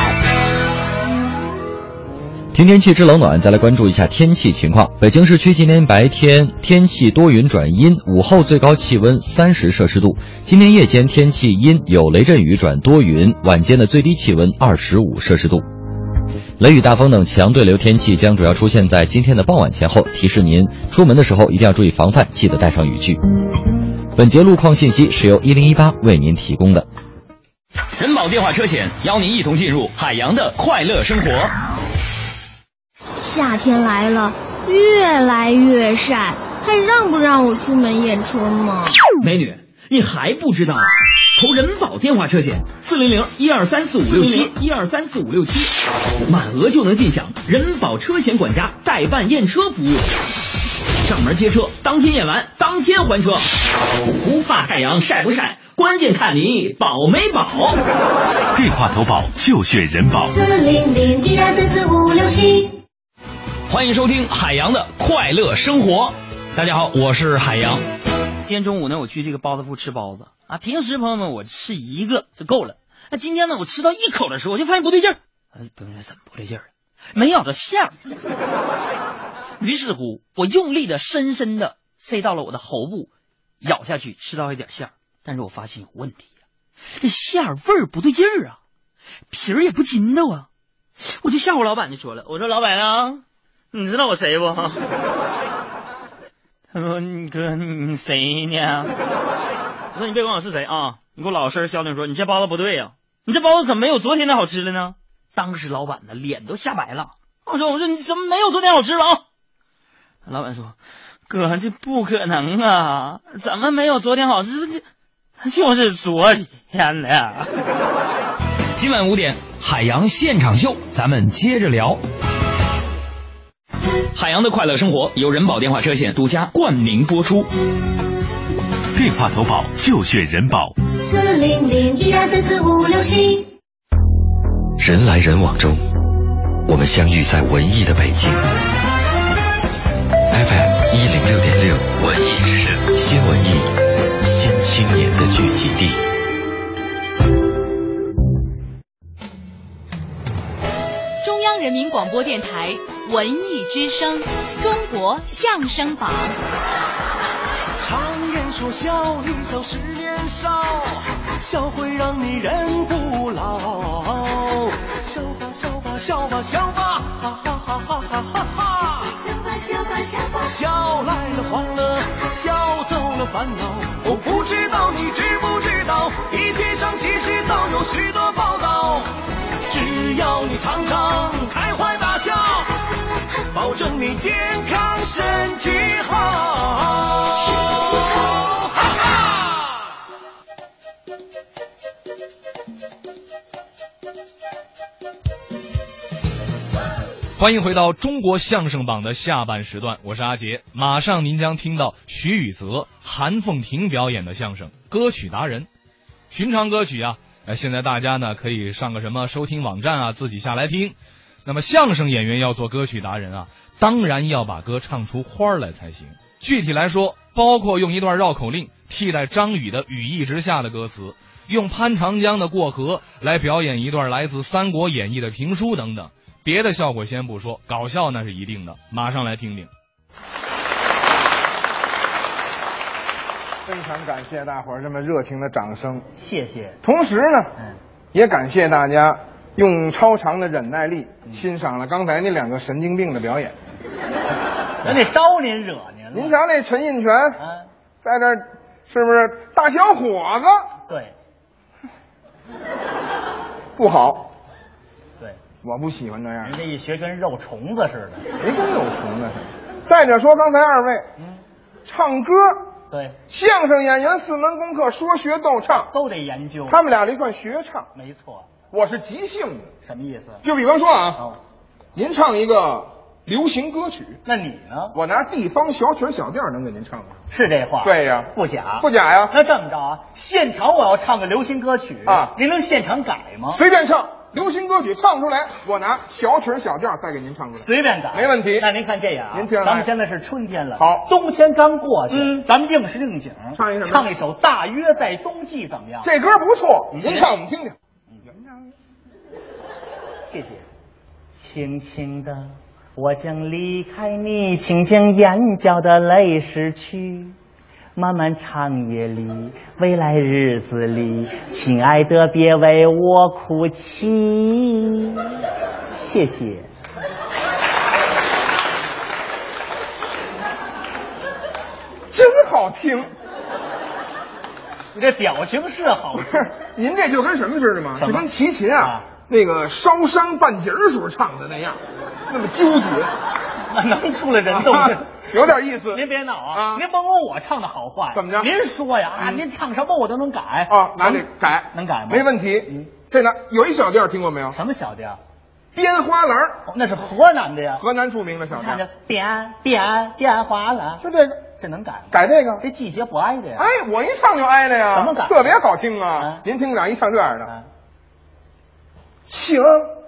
[SPEAKER 12] 听天气知冷暖，再来关注一下天气情况。北京市区今天白天天气多云转阴，午后最高气温三十摄氏度。今天夜间天气阴，有雷阵雨转多云，晚间的最低气温二十五摄氏度。雷雨、大风等强对流天气将主要出现在今天的傍晚前后，提示您出门的时候一定要注意防范，记得带上雨具。本节路况信息是由一零一八为您提供的。
[SPEAKER 14] 人保电话车险邀您一同进入海洋的快乐生活。
[SPEAKER 15] 夏天来了，越来越晒，还让不让我出门验车吗？
[SPEAKER 14] 美女，你还不知道啊？投人保电话车险，四零零一二三四五六七一二三四五六七，满额就能尽享人保车险管家代办验车服务，上门接车，当天验完，当天还车，不怕太阳晒不晒，关键看你保没保。
[SPEAKER 16] 电话投保就选人保。
[SPEAKER 11] 四零零一二三四五六七。
[SPEAKER 14] 欢迎收听海洋的快乐生活。大家好，我是海洋。今
[SPEAKER 17] 天中午呢，我去这个包子铺吃包子啊。平时朋友们，我吃一个就够了。那今天呢，我吃到一口的时候，我就发现不对劲儿。啊，不是怎么不对劲儿了？没咬着馅儿。于是乎，我用力的、深深的塞到了我的喉部，咬下去吃到一点馅儿。但是我发现有问题呀、啊，这馅儿味儿不对劲儿啊，皮儿也不筋道啊。我就吓唬老板就说了，我说老板啊。你知道我谁不？他说：“你哥，你谁呢？”我说：“你别管我是谁啊，你给我老实消停说，你这包子不对呀、啊，你这包子怎么没有昨天的好吃了呢？”当时老板的脸都吓白了。我说：“我说你怎么没有昨天好吃了啊？”老板说：“哥，这不可能啊，怎么没有昨天好吃？这他就是昨天的。”
[SPEAKER 14] 今晚五点，海洋现场秀，咱们接着聊。海洋的快乐生活由人保电话车险独家冠名播出，
[SPEAKER 16] 电话投保就选人保。
[SPEAKER 11] 四零零一二三四五六七。
[SPEAKER 18] 人来人往中，我们相遇在文艺的北京。FM 一零六点六文艺之声，新文艺，新青年的聚集地。
[SPEAKER 1] 中央人民广播电台。文艺之声，中国相声榜。
[SPEAKER 19] 常言说笑，一笑十年少，笑会让你人不老。笑吧笑吧笑吧笑吧，哈哈哈哈哈哈哈！
[SPEAKER 20] 笑吧笑吧笑吧
[SPEAKER 19] 笑来了欢乐，笑走了烦恼。我不知道你知不知道，一切上其实都有许多报道。只要你常常开怀大笑。保证你健康，身体好。身体好，哈哈。
[SPEAKER 4] 欢迎回到中国相声榜的下半时段，我是阿杰。马上您将听到徐宇泽、韩凤婷表演的相声《歌曲达人》，寻常歌曲啊。呃，现在大家呢可以上个什么收听网站啊，自己下来听。那么相声演员要做歌曲达人啊，当然要把歌唱出花来才行。具体来说，包括用一段绕口令替代张宇的《雨一直下》的歌词，用潘长江的《过河》来表演一段来自《三国演义》的评书等等。别的效果先不说，搞笑那是一定的。马上来听听。
[SPEAKER 21] 非常感谢大伙儿这么热情的掌声，
[SPEAKER 17] 谢谢。
[SPEAKER 21] 同时呢，嗯、也感谢大家。用超长的忍耐力
[SPEAKER 17] 嗯
[SPEAKER 21] 欣赏了刚才那两个神经病的表演，
[SPEAKER 17] 人得招您惹您了。啊
[SPEAKER 21] 您瞧那陈印泉，在这是不是大小伙子？
[SPEAKER 17] 对，
[SPEAKER 21] 不好。
[SPEAKER 17] 对，
[SPEAKER 21] 我不喜欢这样。
[SPEAKER 17] 人家一学跟肉虫子似的。
[SPEAKER 21] 谁跟肉虫子似的？再者说，刚才二位，唱歌。
[SPEAKER 17] 嗯对，
[SPEAKER 21] 相声演员四门功课，说学逗唱
[SPEAKER 17] 都得研究。
[SPEAKER 21] 他们俩这算学唱。
[SPEAKER 17] 没错。
[SPEAKER 21] 我是即兴的，
[SPEAKER 17] 什么意思？
[SPEAKER 21] 啊就比方说啊，您唱一个《流行歌曲。
[SPEAKER 19] 哦那你呢？
[SPEAKER 21] 我拿地方小曲儿小调儿能给您唱吗？
[SPEAKER 19] 是这话？
[SPEAKER 21] 对哎呀
[SPEAKER 19] 不假，
[SPEAKER 21] 不假呀
[SPEAKER 19] 那这么着啊，现场我要唱个流行歌曲
[SPEAKER 21] 啊
[SPEAKER 19] 您能现场改吗？
[SPEAKER 21] 随便唱，流行歌曲唱不出来，我拿小曲儿小调儿再给您唱出来。
[SPEAKER 19] 随便改，
[SPEAKER 21] 没问题。
[SPEAKER 19] 那您看这样啊，
[SPEAKER 21] 您听着来
[SPEAKER 19] 咱们现在是春天了，
[SPEAKER 21] 好
[SPEAKER 19] 冬天刚过去，
[SPEAKER 21] 嗯
[SPEAKER 19] 咱们应时应景，
[SPEAKER 21] 唱一什么
[SPEAKER 19] 唱一首《大约在冬季》怎么样？
[SPEAKER 21] 这歌不错，
[SPEAKER 19] 啊你
[SPEAKER 21] 您唱我们听听。
[SPEAKER 19] 谢谢。轻轻的，我将离开你，请将眼角的泪拭去。漫漫长夜里，未来日子里，亲爱的，别为我哭泣。谢谢。
[SPEAKER 21] 真好听，
[SPEAKER 19] 你这表情是好看。
[SPEAKER 21] 您这就跟什么似的吗？
[SPEAKER 19] 什
[SPEAKER 21] 就
[SPEAKER 19] 么
[SPEAKER 21] 跟齐秦啊，那个烧伤半截儿时候唱的那样，那么纠结。
[SPEAKER 19] 那能出来人动静
[SPEAKER 21] 有点意思。
[SPEAKER 19] 您别闹啊！您甭管我唱的好坏，
[SPEAKER 21] 怎么着嗯
[SPEAKER 19] 您说呀，啊，您唱什么我都能改
[SPEAKER 21] 啊
[SPEAKER 19] 啊，
[SPEAKER 21] 拿这改
[SPEAKER 19] 能改吗？嗯
[SPEAKER 21] 没问题。这呢，有一小调听过没有？
[SPEAKER 19] 什么小调？
[SPEAKER 21] 编花篮儿，
[SPEAKER 19] 那是河南的呀，
[SPEAKER 21] 河南著名的小
[SPEAKER 19] 唱
[SPEAKER 21] 调
[SPEAKER 19] 的。变变变花了，
[SPEAKER 21] 就这个，
[SPEAKER 19] 这能改吗？
[SPEAKER 21] 改这个。
[SPEAKER 19] 这季节不挨着呀。
[SPEAKER 21] 哎，我一唱就挨了呀，
[SPEAKER 19] 怎么改啊
[SPEAKER 21] 特别好听啊！您听俩一唱这样的，
[SPEAKER 22] 请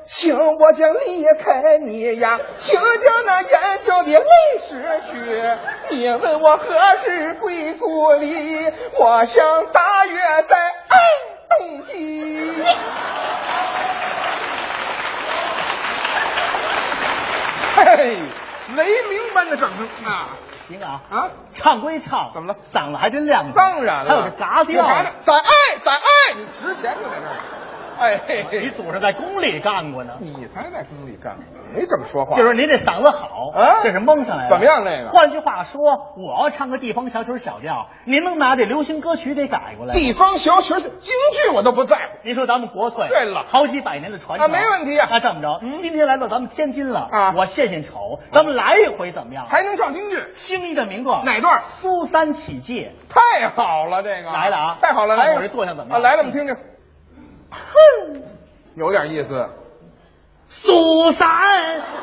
[SPEAKER 22] 请我将离开你呀，请将那眼角的泪拭去。你问我何时归故里？我想大约在哎冬季。
[SPEAKER 21] 嘿，雷鸣般的掌声啊！
[SPEAKER 19] 行啊
[SPEAKER 21] 啊，
[SPEAKER 19] 唱归唱，怎么了？嗓子还真亮着。
[SPEAKER 21] 当然了，
[SPEAKER 19] 还有这嘎调
[SPEAKER 21] 还
[SPEAKER 19] 呢
[SPEAKER 21] 得。咱爱咱爱，你值钱就在这儿。哎嘿嘿，
[SPEAKER 19] 你祖上在宫里干过呢，
[SPEAKER 21] 你才在宫里干，没怎么说话。
[SPEAKER 19] 就是您这嗓子好
[SPEAKER 21] 啊
[SPEAKER 19] 这是蒙上来的。
[SPEAKER 21] 怎么样那个
[SPEAKER 19] 换句话说，我要唱个地方小曲儿小调，您能拿这流行歌曲得改过来吗？
[SPEAKER 21] 地方小曲儿京剧我都不在乎。
[SPEAKER 19] 您说咱们国粹，
[SPEAKER 21] 对了
[SPEAKER 19] 好几百年的传承，
[SPEAKER 21] 啊没问题啊
[SPEAKER 19] 那这么着，今天来到咱们天津了，啊，我献献丑，咱们来一回怎么样？
[SPEAKER 21] 还能唱京剧，
[SPEAKER 19] 清一的名段，
[SPEAKER 21] 哪段？
[SPEAKER 19] 苏三起解
[SPEAKER 21] 太好了，这个
[SPEAKER 19] 来了啊！
[SPEAKER 21] 太好了，
[SPEAKER 19] 看
[SPEAKER 21] 来一
[SPEAKER 19] 我
[SPEAKER 21] 个
[SPEAKER 19] 这坐相怎么
[SPEAKER 21] 啊
[SPEAKER 19] 样？
[SPEAKER 21] 来了，我们听听，有点意思。
[SPEAKER 19] 苏三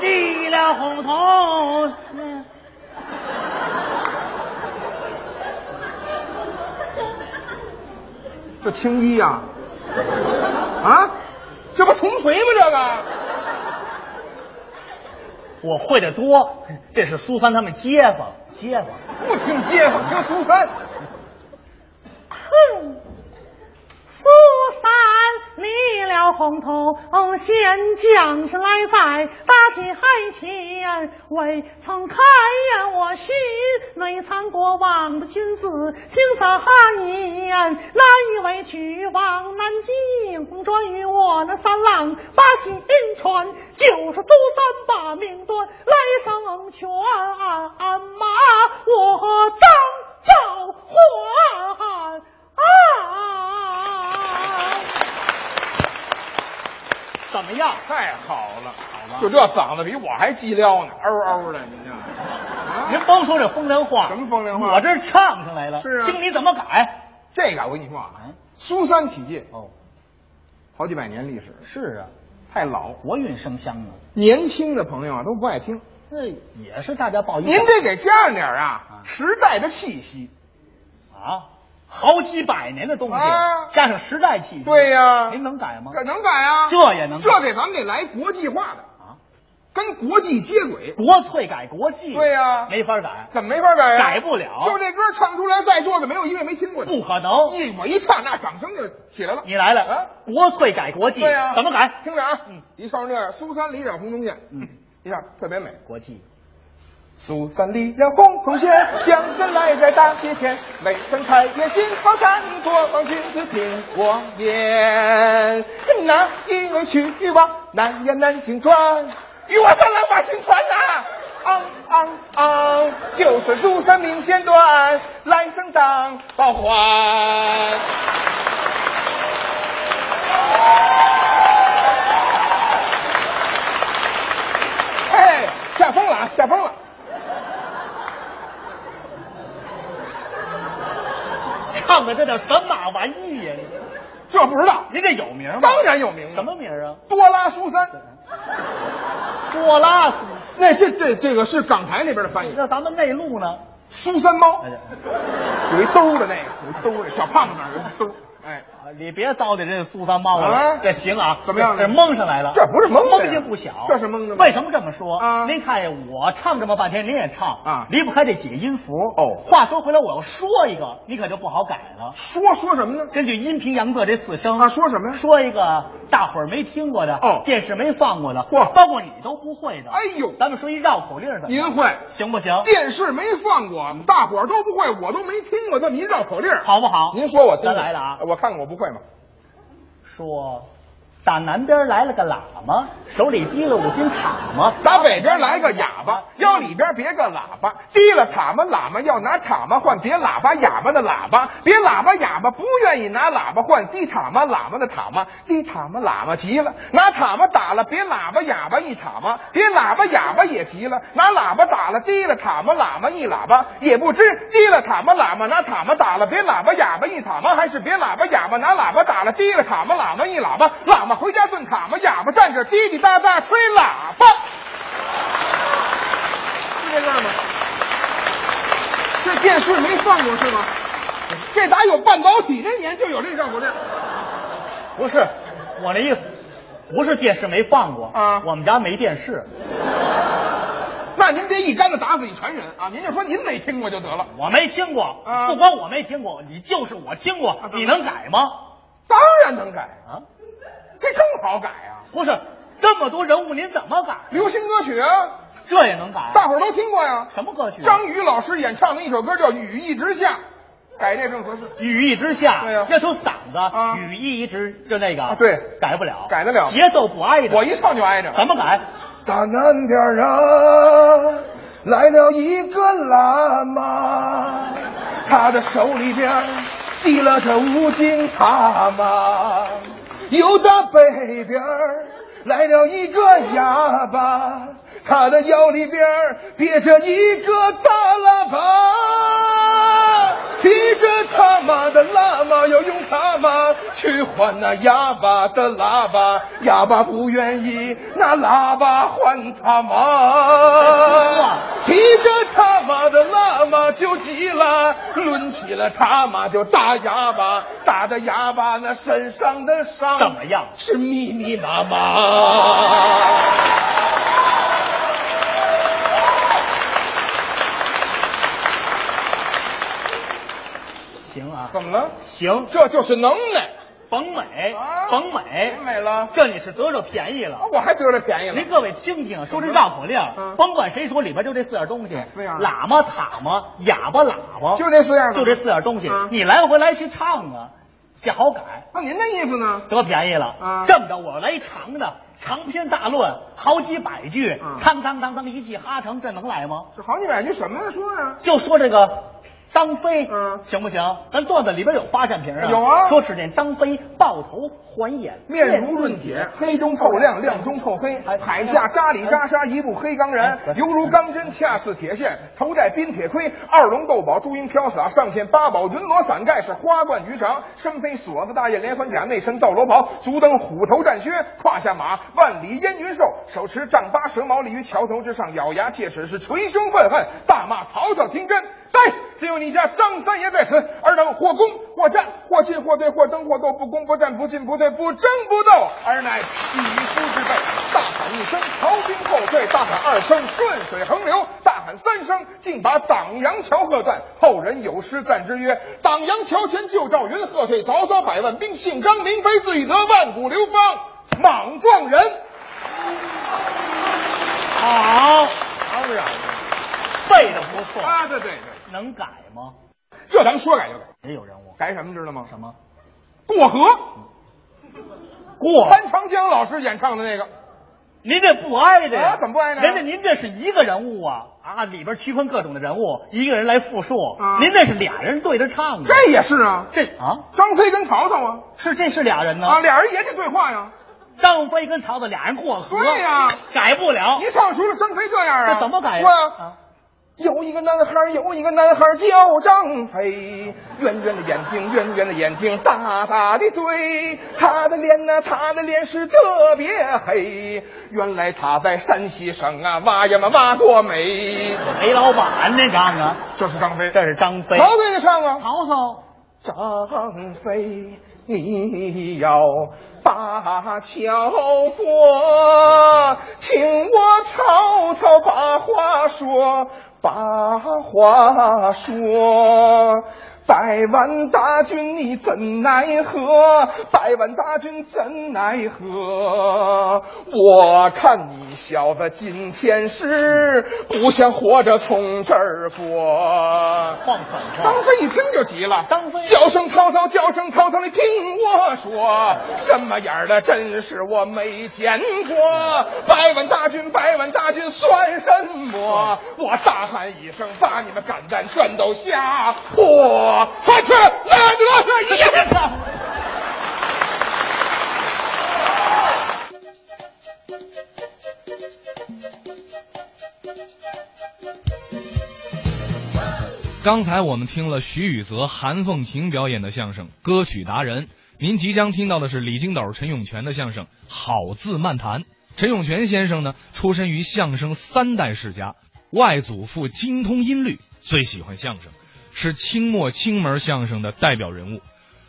[SPEAKER 19] 立了红头，
[SPEAKER 21] 这青衣呀、啊，这不铜锤吗？这个
[SPEAKER 19] 我会的多，这是苏三他们街坊，街坊。
[SPEAKER 21] 不听街坊，听苏三。
[SPEAKER 23] 苏三，你了红头先将是来在大街前，未曾看见我心内藏国王的君子，听着汉言，难以为去往南京，转与我那三郎把心传，就是苏三把命断，来上拳马我张赵桓。啊！
[SPEAKER 19] 怎么样？
[SPEAKER 21] 太好了，好
[SPEAKER 19] 吧
[SPEAKER 21] 就这嗓子比我还鸡撩呢，嗷嗷的，你这。
[SPEAKER 19] 您甭说这风凉
[SPEAKER 21] 啊
[SPEAKER 19] 话，
[SPEAKER 21] 什么风凉话？
[SPEAKER 19] 我这儿唱上来了，
[SPEAKER 21] 是啊
[SPEAKER 19] 经你怎么改？
[SPEAKER 21] 这个我跟你说啊，苏三起义哦，好几百年历史，
[SPEAKER 19] 是啊，
[SPEAKER 21] 太老，
[SPEAKER 19] 国运生香啊，
[SPEAKER 21] 年轻的朋友啊都不爱听。
[SPEAKER 19] 这也是大家报一报
[SPEAKER 21] 您这给加上点儿啊，时代的气息。
[SPEAKER 19] 啊，好几百年的东西，
[SPEAKER 21] 啊
[SPEAKER 19] 加上时代气息，
[SPEAKER 21] 对呀
[SPEAKER 19] 您能改吗？
[SPEAKER 21] 这能改啊？
[SPEAKER 19] 这也能改
[SPEAKER 21] 这得咱们得来国际化的啊，跟国际接轨。
[SPEAKER 19] 国粹改国际，
[SPEAKER 21] 对呀
[SPEAKER 19] 没法改，
[SPEAKER 21] 怎么没法改呀？
[SPEAKER 19] 改不了
[SPEAKER 21] 就这歌唱出来，在座的没有一位没听过的。
[SPEAKER 19] 不可能。
[SPEAKER 21] 一我一唱，那掌声就起来了。
[SPEAKER 19] 你来了，
[SPEAKER 21] 啊
[SPEAKER 19] 国粹改国际，
[SPEAKER 21] 对呀，
[SPEAKER 19] 怎么改？嗯
[SPEAKER 21] 听着啊，一唱这样，苏三离了红中线，嗯，一下特别美。
[SPEAKER 19] 国际，
[SPEAKER 21] 苏三离了红中线，将身来在大街前，未曾开眼心好看，国王君子听我言，那一位去往南呀南京转，与我三郎把心传呐、昂昂昂！就算苏三命线断，来生当报还。哎，下风了啊，下风了！
[SPEAKER 19] 唱的这叫神马玩意呀？
[SPEAKER 21] 这不知道，
[SPEAKER 19] 您这有名吗？
[SPEAKER 21] 当然有名了
[SPEAKER 19] 什么名啊？
[SPEAKER 21] 多拉苏三，
[SPEAKER 19] 多拉斯。
[SPEAKER 21] 那这这这个是港台那边的翻译。
[SPEAKER 19] 那咱们内陆呢？哎
[SPEAKER 21] 苏三猫，有一兜的那个，有一兜的小胖子那儿有一兜。哎，
[SPEAKER 19] 啊你别糟践这苏三猫
[SPEAKER 21] 啊
[SPEAKER 19] 了，这行啊，
[SPEAKER 21] 怎么样
[SPEAKER 19] 这蒙上来了，
[SPEAKER 21] 这不是蒙的呀
[SPEAKER 19] 蒙性不小，
[SPEAKER 21] 这是蒙的吗
[SPEAKER 19] 为什么这么说啊？您看我唱这么半天，您也唱
[SPEAKER 21] 啊
[SPEAKER 19] 离不开这几个音符哦。话说回来，我要说一个，你可就不好改了。
[SPEAKER 21] 说说什么呢？
[SPEAKER 19] 根据阴平阳仄这四声
[SPEAKER 21] 啊，说什么呀？
[SPEAKER 19] 说一个大伙儿没听过的
[SPEAKER 21] 哦
[SPEAKER 19] 电视没放过的，
[SPEAKER 21] 嚯
[SPEAKER 19] 包括你都不会的。
[SPEAKER 21] 哎呦，
[SPEAKER 19] 咱们说一绕口令的，
[SPEAKER 21] 您会
[SPEAKER 19] 行不行？
[SPEAKER 21] 电视没放过，大伙儿都不会，我都没听过这么一绕口令儿，
[SPEAKER 19] 好不好？
[SPEAKER 21] 您说我听
[SPEAKER 19] 咱
[SPEAKER 21] 听
[SPEAKER 19] 来了啊！
[SPEAKER 21] 呃我看看我不会吗？
[SPEAKER 19] 说，打南边来了个喇嘛，手里提了五斤塔嘛，
[SPEAKER 21] 打北边来个哑巴，要里边别个喇叭，提了塔嘛喇嘛要拿塔嘛换，别喇叭哑巴的喇叭，别喇叭哑巴不愿意拿喇叭换，提塔嘛喇嘛的塔嘛，提塔嘛喇嘛急了，拿塔嘛打了，别喇叭哑巴一塔嘛，别喇叭哑巴也急了，拿喇叭打了，提了塔嘛喇嘛一喇叭也不知，提了塔嘛喇嘛拿塔嘛打了，别喇叭哑巴一塔嘛，还是别喇叭哑巴拿喇叭打了，提了塔嘛喇嘛一喇叭，喇嘛回家炖塔嘛，哑巴站着滴滴答答吹喇叭。是这个吗？这电视没放过是吗？这打有半导体那年就有这绕口令。
[SPEAKER 19] 不是，我那意思，不是电视没放过
[SPEAKER 21] 啊
[SPEAKER 19] 我们家没电视，
[SPEAKER 21] 那您别一竿子打死一船人啊！您就说您没听过就得了。
[SPEAKER 19] 我没听过，
[SPEAKER 21] 啊
[SPEAKER 19] 不光我没听过，你就是我听过，
[SPEAKER 21] 怎么
[SPEAKER 19] 你能改吗？
[SPEAKER 21] 当然能改
[SPEAKER 19] 啊，
[SPEAKER 21] 这更好改啊！
[SPEAKER 19] 不是，这么多人物您怎么改？
[SPEAKER 21] 流行歌曲啊，
[SPEAKER 19] 这也能改？
[SPEAKER 21] 大伙儿都听过呀。
[SPEAKER 19] 什么歌曲啊？
[SPEAKER 21] 张宇老师演唱的一首歌叫《雨一直下》，改这更合适。
[SPEAKER 19] 羽翼之下，
[SPEAKER 21] 对呀
[SPEAKER 19] 那出嗓
[SPEAKER 21] 啊
[SPEAKER 11] 啊
[SPEAKER 19] 子，羽翼一直就那个，
[SPEAKER 21] 啊对，
[SPEAKER 19] 改不了，
[SPEAKER 21] 改得了
[SPEAKER 19] 节奏不挨着，
[SPEAKER 21] 我一唱就挨着。
[SPEAKER 19] 怎么改？
[SPEAKER 21] 大南边啊，来了一个喇嘛，他的手里边提了个五斤塔嘛。又到北边来了一个哑巴，他的腰里边别着一个大喇叭，提着他妈的喇嘛要用他妈去换那哑巴的喇叭，哑巴不愿意拿喇叭换他妈，提着他妈的喇嘛就急了，抡起了他妈就打哑巴，打的哑巴那身上的伤
[SPEAKER 19] 怎么样？
[SPEAKER 21] 是密密麻麻。
[SPEAKER 19] 行啊，
[SPEAKER 21] 怎么了？
[SPEAKER 19] 行，
[SPEAKER 21] 这就是能耐
[SPEAKER 19] 甭美
[SPEAKER 21] 啊，
[SPEAKER 19] 甭美，
[SPEAKER 21] 甭美了
[SPEAKER 19] 这你是得着便宜了
[SPEAKER 21] 啊！。我还得了便宜
[SPEAKER 19] 您
[SPEAKER 21] 了。
[SPEAKER 19] 各位听听，说这绕口令
[SPEAKER 21] 嗯，
[SPEAKER 19] 甭管谁说，里边就这四样东西：
[SPEAKER 21] 四样
[SPEAKER 19] 喇嘛、塔嘛、哑巴、喇叭，
[SPEAKER 21] 就这四样
[SPEAKER 19] 就这四样东西
[SPEAKER 21] 啊。
[SPEAKER 19] 你来回来去唱啊，这好改，
[SPEAKER 21] 那您的意思呢？
[SPEAKER 19] 得便宜了
[SPEAKER 21] 啊。
[SPEAKER 19] 这么着，我来一长的，长篇大论，好几百句，
[SPEAKER 21] 嗯
[SPEAKER 19] 当当当当一气哈成，这能来吗？
[SPEAKER 21] 这好几百句什么说呀？
[SPEAKER 19] 就说这个张飞，
[SPEAKER 21] 嗯
[SPEAKER 19] 行不行？咱段子里边有花扇瓶啊，
[SPEAKER 21] 有啊
[SPEAKER 19] 说只见张飞抱头还眼，
[SPEAKER 21] 面如润铁，黑中透亮，亮中透黑。海下扎里扎沙，一步黑钢然，犹如钢针，恰似铁线。头戴冰铁盔，二龙斗宝，朱缨飘洒，上嵌八宝云罗伞盖，是花冠鱼肠，身披锁子大雁连环甲，内衬皂罗袍，足蹬虎头战靴，胯下马，万里烟云兽，手持丈八蛇矛立于桥头之上，咬牙切齿，是捶胸愤恨，大骂曹操听真。对，只有你家张三爷在此，尔等或攻或战，或进或退，或争或斗，不攻不战，不进不退，不争不斗，尔乃匹夫之辈。大喊一声，曹兵后退；大喊二声，顺水横流；大喊三声，竟把党阳桥喝断。后人有诗赞之曰：“党阳桥前救赵云，喝退曹操百万兵。姓张名飞，字翼德，万古流芳，莽撞人。”
[SPEAKER 19] 好，
[SPEAKER 21] 当然
[SPEAKER 19] 背的不错，
[SPEAKER 21] 啊，对对对，
[SPEAKER 19] 能改吗？
[SPEAKER 21] 这咱们说改就改，
[SPEAKER 19] 也有人物，
[SPEAKER 21] 改什么知道吗？
[SPEAKER 19] 什么
[SPEAKER 21] 过河。
[SPEAKER 19] 过？
[SPEAKER 21] 潘长江老师演唱的那个，
[SPEAKER 19] 您这不挨着呀？
[SPEAKER 21] 啊怎么不挨着呀
[SPEAKER 19] 人家您这是一个人物啊啊，里边区分各种的人物，一个人来复述，
[SPEAKER 21] 啊
[SPEAKER 19] 您这是俩人对着唱的，
[SPEAKER 21] 这也是啊，
[SPEAKER 19] 这啊
[SPEAKER 21] 张飞跟曹操啊，
[SPEAKER 19] 是这是俩人呢，
[SPEAKER 21] 啊，俩人也得对话呀。
[SPEAKER 19] 张飞跟曹操俩人过河，
[SPEAKER 21] 对呀
[SPEAKER 19] 改不了，
[SPEAKER 21] 一唱出了张飞这样啊，
[SPEAKER 19] 这怎么改呀
[SPEAKER 21] 说呀
[SPEAKER 19] 啊
[SPEAKER 21] 有一个男孩，有一个男孩叫张飞，圆圆的眼睛，圆圆的眼睛，大大的嘴，他的脸呐、他的脸是特别黑。原来他在山西省啊，挖呀嘛挖过煤。
[SPEAKER 19] 煤老板那张啊，
[SPEAKER 21] 这是张飞，
[SPEAKER 19] 这是张飞。
[SPEAKER 21] 曹飞就唱啊，
[SPEAKER 19] 曹操，
[SPEAKER 21] 张飞。你要把桥过，听我曹操把话说，把话说。百万大军你怎奈何？百万大军怎奈何？我看你小子今天是不想活着从这儿过。
[SPEAKER 19] 放狠话！
[SPEAKER 21] 张飞一听就急了，
[SPEAKER 19] 张飞
[SPEAKER 21] 叫声曹操，叫声曹操，你听我说，什么样的阵势我没见过？百万大军，百万大军算什么？我大喊一声，把你们敢蛋全都吓破！快去，来来来，呀！
[SPEAKER 4] 刚才我们听了徐宇泽、韩凤婷表演的相声《歌曲达人》，您即将听到的是李金斗、陈永泉的相声《好字漫谈》。陈永泉先生呢，出身于相声三代世家，外祖父精通音律，最喜欢相声，是清末清门相声的代表人物。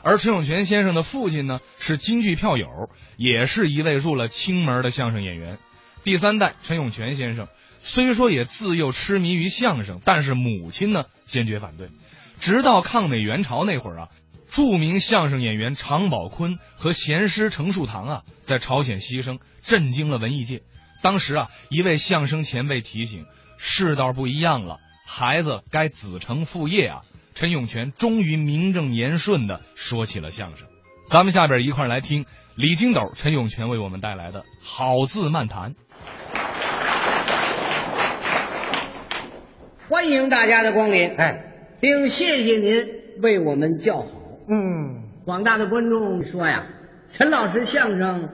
[SPEAKER 4] 而陈永泉先生的父亲呢，是京剧票友，也是一位入了清门的相声演员。第三代陈永泉先生。虽说也自幼痴迷于相声，但是母亲呢坚决反对。直到抗美援朝那会儿啊，著名相声演员常宝坤和弦师程树堂啊，在朝鲜牺牲，震惊了文艺界。当时啊，一位相声前辈提醒：世道不一样了，孩子该子承父业啊。陈永泉终于名正言顺的说起了相声。咱们下边一块来听李金斗、陈永泉为我们带来的《好字漫谈》。
[SPEAKER 11] 欢迎大家的光临，
[SPEAKER 21] 哎，
[SPEAKER 11] 并谢谢您为我们叫好。
[SPEAKER 21] 嗯，
[SPEAKER 11] 广大的观众说呀，陈老师相声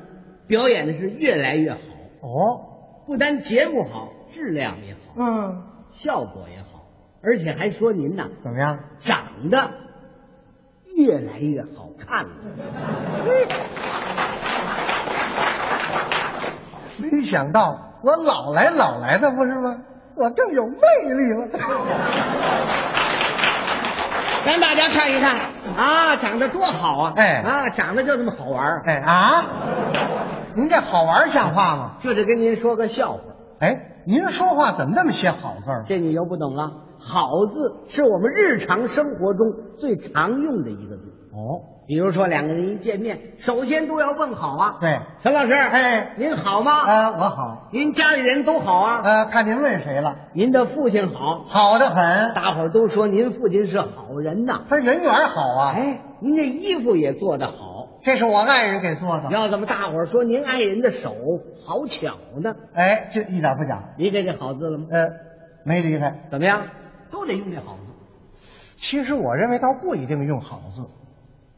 [SPEAKER 11] 表演的是越来越好
[SPEAKER 21] 哦，
[SPEAKER 11] 不单节目好，质量也好，
[SPEAKER 21] 嗯，
[SPEAKER 11] 效果也好，而且还说您呐
[SPEAKER 21] 怎么样，
[SPEAKER 11] 长得越来越好 看了。
[SPEAKER 21] 没想到我老来老来的不是吗？我更有魅力了，
[SPEAKER 11] 让大家看一看啊，长得多好啊！
[SPEAKER 21] 哎
[SPEAKER 11] 啊，长得就这么好玩儿
[SPEAKER 21] 哎啊，您这好玩像话吗？
[SPEAKER 11] 这是跟您说个笑话，
[SPEAKER 21] 哎，您说话怎么那么些好字儿？
[SPEAKER 11] 这你又不懂了。好字是我们日常生活中最常用的一个字。
[SPEAKER 21] 哦，
[SPEAKER 11] 比如说两个人一见面，首先都要问好啊。
[SPEAKER 21] 对，
[SPEAKER 11] 陈老师，
[SPEAKER 21] 嗯哎
[SPEAKER 11] 您好吗？
[SPEAKER 21] 呃，我好，
[SPEAKER 11] 您家里人都好啊？
[SPEAKER 21] 呃，看您问谁了，
[SPEAKER 11] 您的父亲好，
[SPEAKER 21] 好的很，
[SPEAKER 11] 大伙儿都说您父亲是好人呐。
[SPEAKER 21] 他人缘好啊。，
[SPEAKER 11] 哎，您这衣服也做得好，
[SPEAKER 21] 这是我爱人给做的。
[SPEAKER 11] 要怎么大伙儿说您爱人的手好巧呢？
[SPEAKER 21] 哎，这一点不假。
[SPEAKER 11] 理解这好字了吗？
[SPEAKER 21] 呃，没离开。
[SPEAKER 11] 怎么样？都得用这好字。
[SPEAKER 21] 其实我认为倒不一定用好字，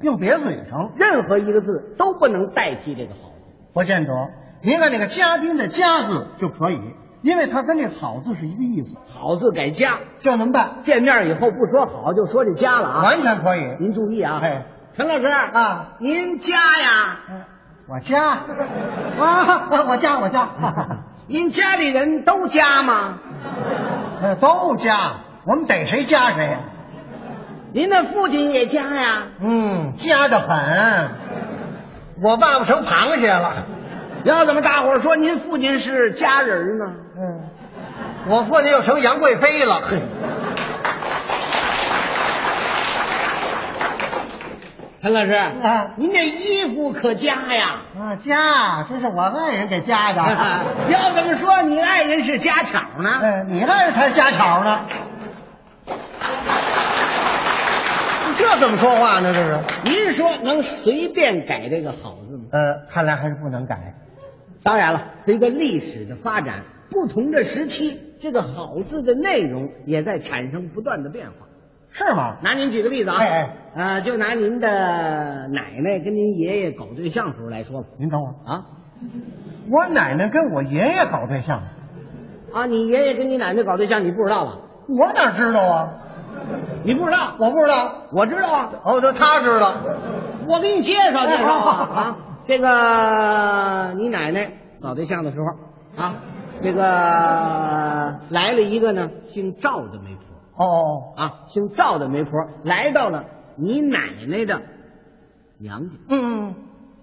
[SPEAKER 21] 用别字也成。
[SPEAKER 11] 任何一个字都不能代替这个好字。
[SPEAKER 21] 不见得，您看那个家丁的家字就可以，因为它跟这好字是一个意思，
[SPEAKER 11] 好字改家，
[SPEAKER 21] 就能办，
[SPEAKER 11] 见面以后不说好，就说这家了啊。
[SPEAKER 21] 完全可以。
[SPEAKER 11] 您注意啊，
[SPEAKER 21] 哎，
[SPEAKER 11] 陈老师
[SPEAKER 21] 啊，嗯
[SPEAKER 11] 您家呀，
[SPEAKER 21] 我家 啊，我我家我 家，哈哈
[SPEAKER 11] 您家里人都家吗？
[SPEAKER 21] 呃都家，我们逮谁家谁呀、
[SPEAKER 11] 您的父亲也家呀？
[SPEAKER 21] 嗯，家的很。我爸爸成螃蟹了。
[SPEAKER 11] 要怎么大伙儿说您父亲是家人呢？
[SPEAKER 21] 嗯，我父亲又成杨贵妃了。
[SPEAKER 11] 陈老师，
[SPEAKER 21] 啊
[SPEAKER 11] 您这衣服可家呀？
[SPEAKER 21] 啊，家，这是我爱人给加的。
[SPEAKER 11] 要怎么说你爱人是家巧呢？
[SPEAKER 21] 哎，你爱人才家巧呢。这怎么说话呢？这是，
[SPEAKER 11] 您说能随便改这个好字吗？
[SPEAKER 21] 呃，看来还是不能改。
[SPEAKER 11] 当然了，随着历史的发展，不同的时期，这个好字的内容也在产生不断的变化。
[SPEAKER 21] 是吗？
[SPEAKER 11] 拿您举个例子啊，
[SPEAKER 21] 哎哎
[SPEAKER 11] 呃，就拿您的奶奶跟您爷爷搞对象时候来说吧，
[SPEAKER 21] 您等会儿，
[SPEAKER 11] 啊
[SPEAKER 21] 我奶奶跟我爷爷搞对象，
[SPEAKER 11] 啊，你爷爷跟你奶奶搞对象，你不知道吧？
[SPEAKER 19] 我哪知道啊？你不知道？我不知道，我知道啊。哦，他他知道，我给你介绍介绍啊。 啊
[SPEAKER 11] 这个你奶奶搞对象的时候啊，这个来了一个呢，姓赵的媒婆。
[SPEAKER 19] 哦
[SPEAKER 11] 啊，姓赵的媒婆来到了你奶奶的娘家。
[SPEAKER 19] 嗯，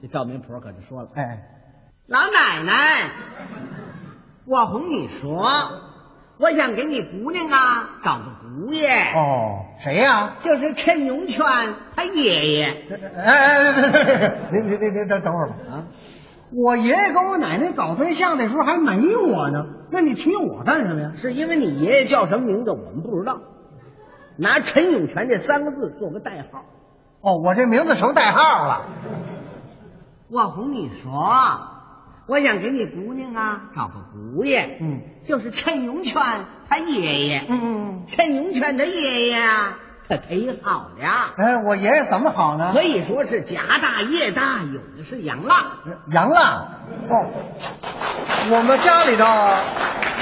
[SPEAKER 11] 这赵媒婆可就说了，
[SPEAKER 19] 哎，
[SPEAKER 11] 老奶奶，我哄你说，我想给你姑娘啊找个姑爷。
[SPEAKER 19] 哦，谁呀？
[SPEAKER 11] 就是陈永泉他爷爷。
[SPEAKER 19] 哎哎哎哎哎！您您您您等等会儿吧
[SPEAKER 11] 啊！
[SPEAKER 19] 我爷爷跟我奶奶搞对象的时候还没我呢，那你提我干什么呀？
[SPEAKER 11] 是因为你爷爷叫什么名字我们不知道，拿陈永泉这三个字做个代号。
[SPEAKER 19] 哦，我这名字成代号了。
[SPEAKER 11] 我哄你说，我想给你姑娘啊找个姑爷，
[SPEAKER 19] 嗯，
[SPEAKER 11] 就是陈永泉他爷爷。
[SPEAKER 19] 嗯嗯，
[SPEAKER 11] 陈永泉他爷爷啊，可忒好了。
[SPEAKER 19] 哎，我爷爷怎么好呢？
[SPEAKER 11] 可以说是家大业大，有的是洋蜡。
[SPEAKER 19] 洋蜡呃哦，我们家里头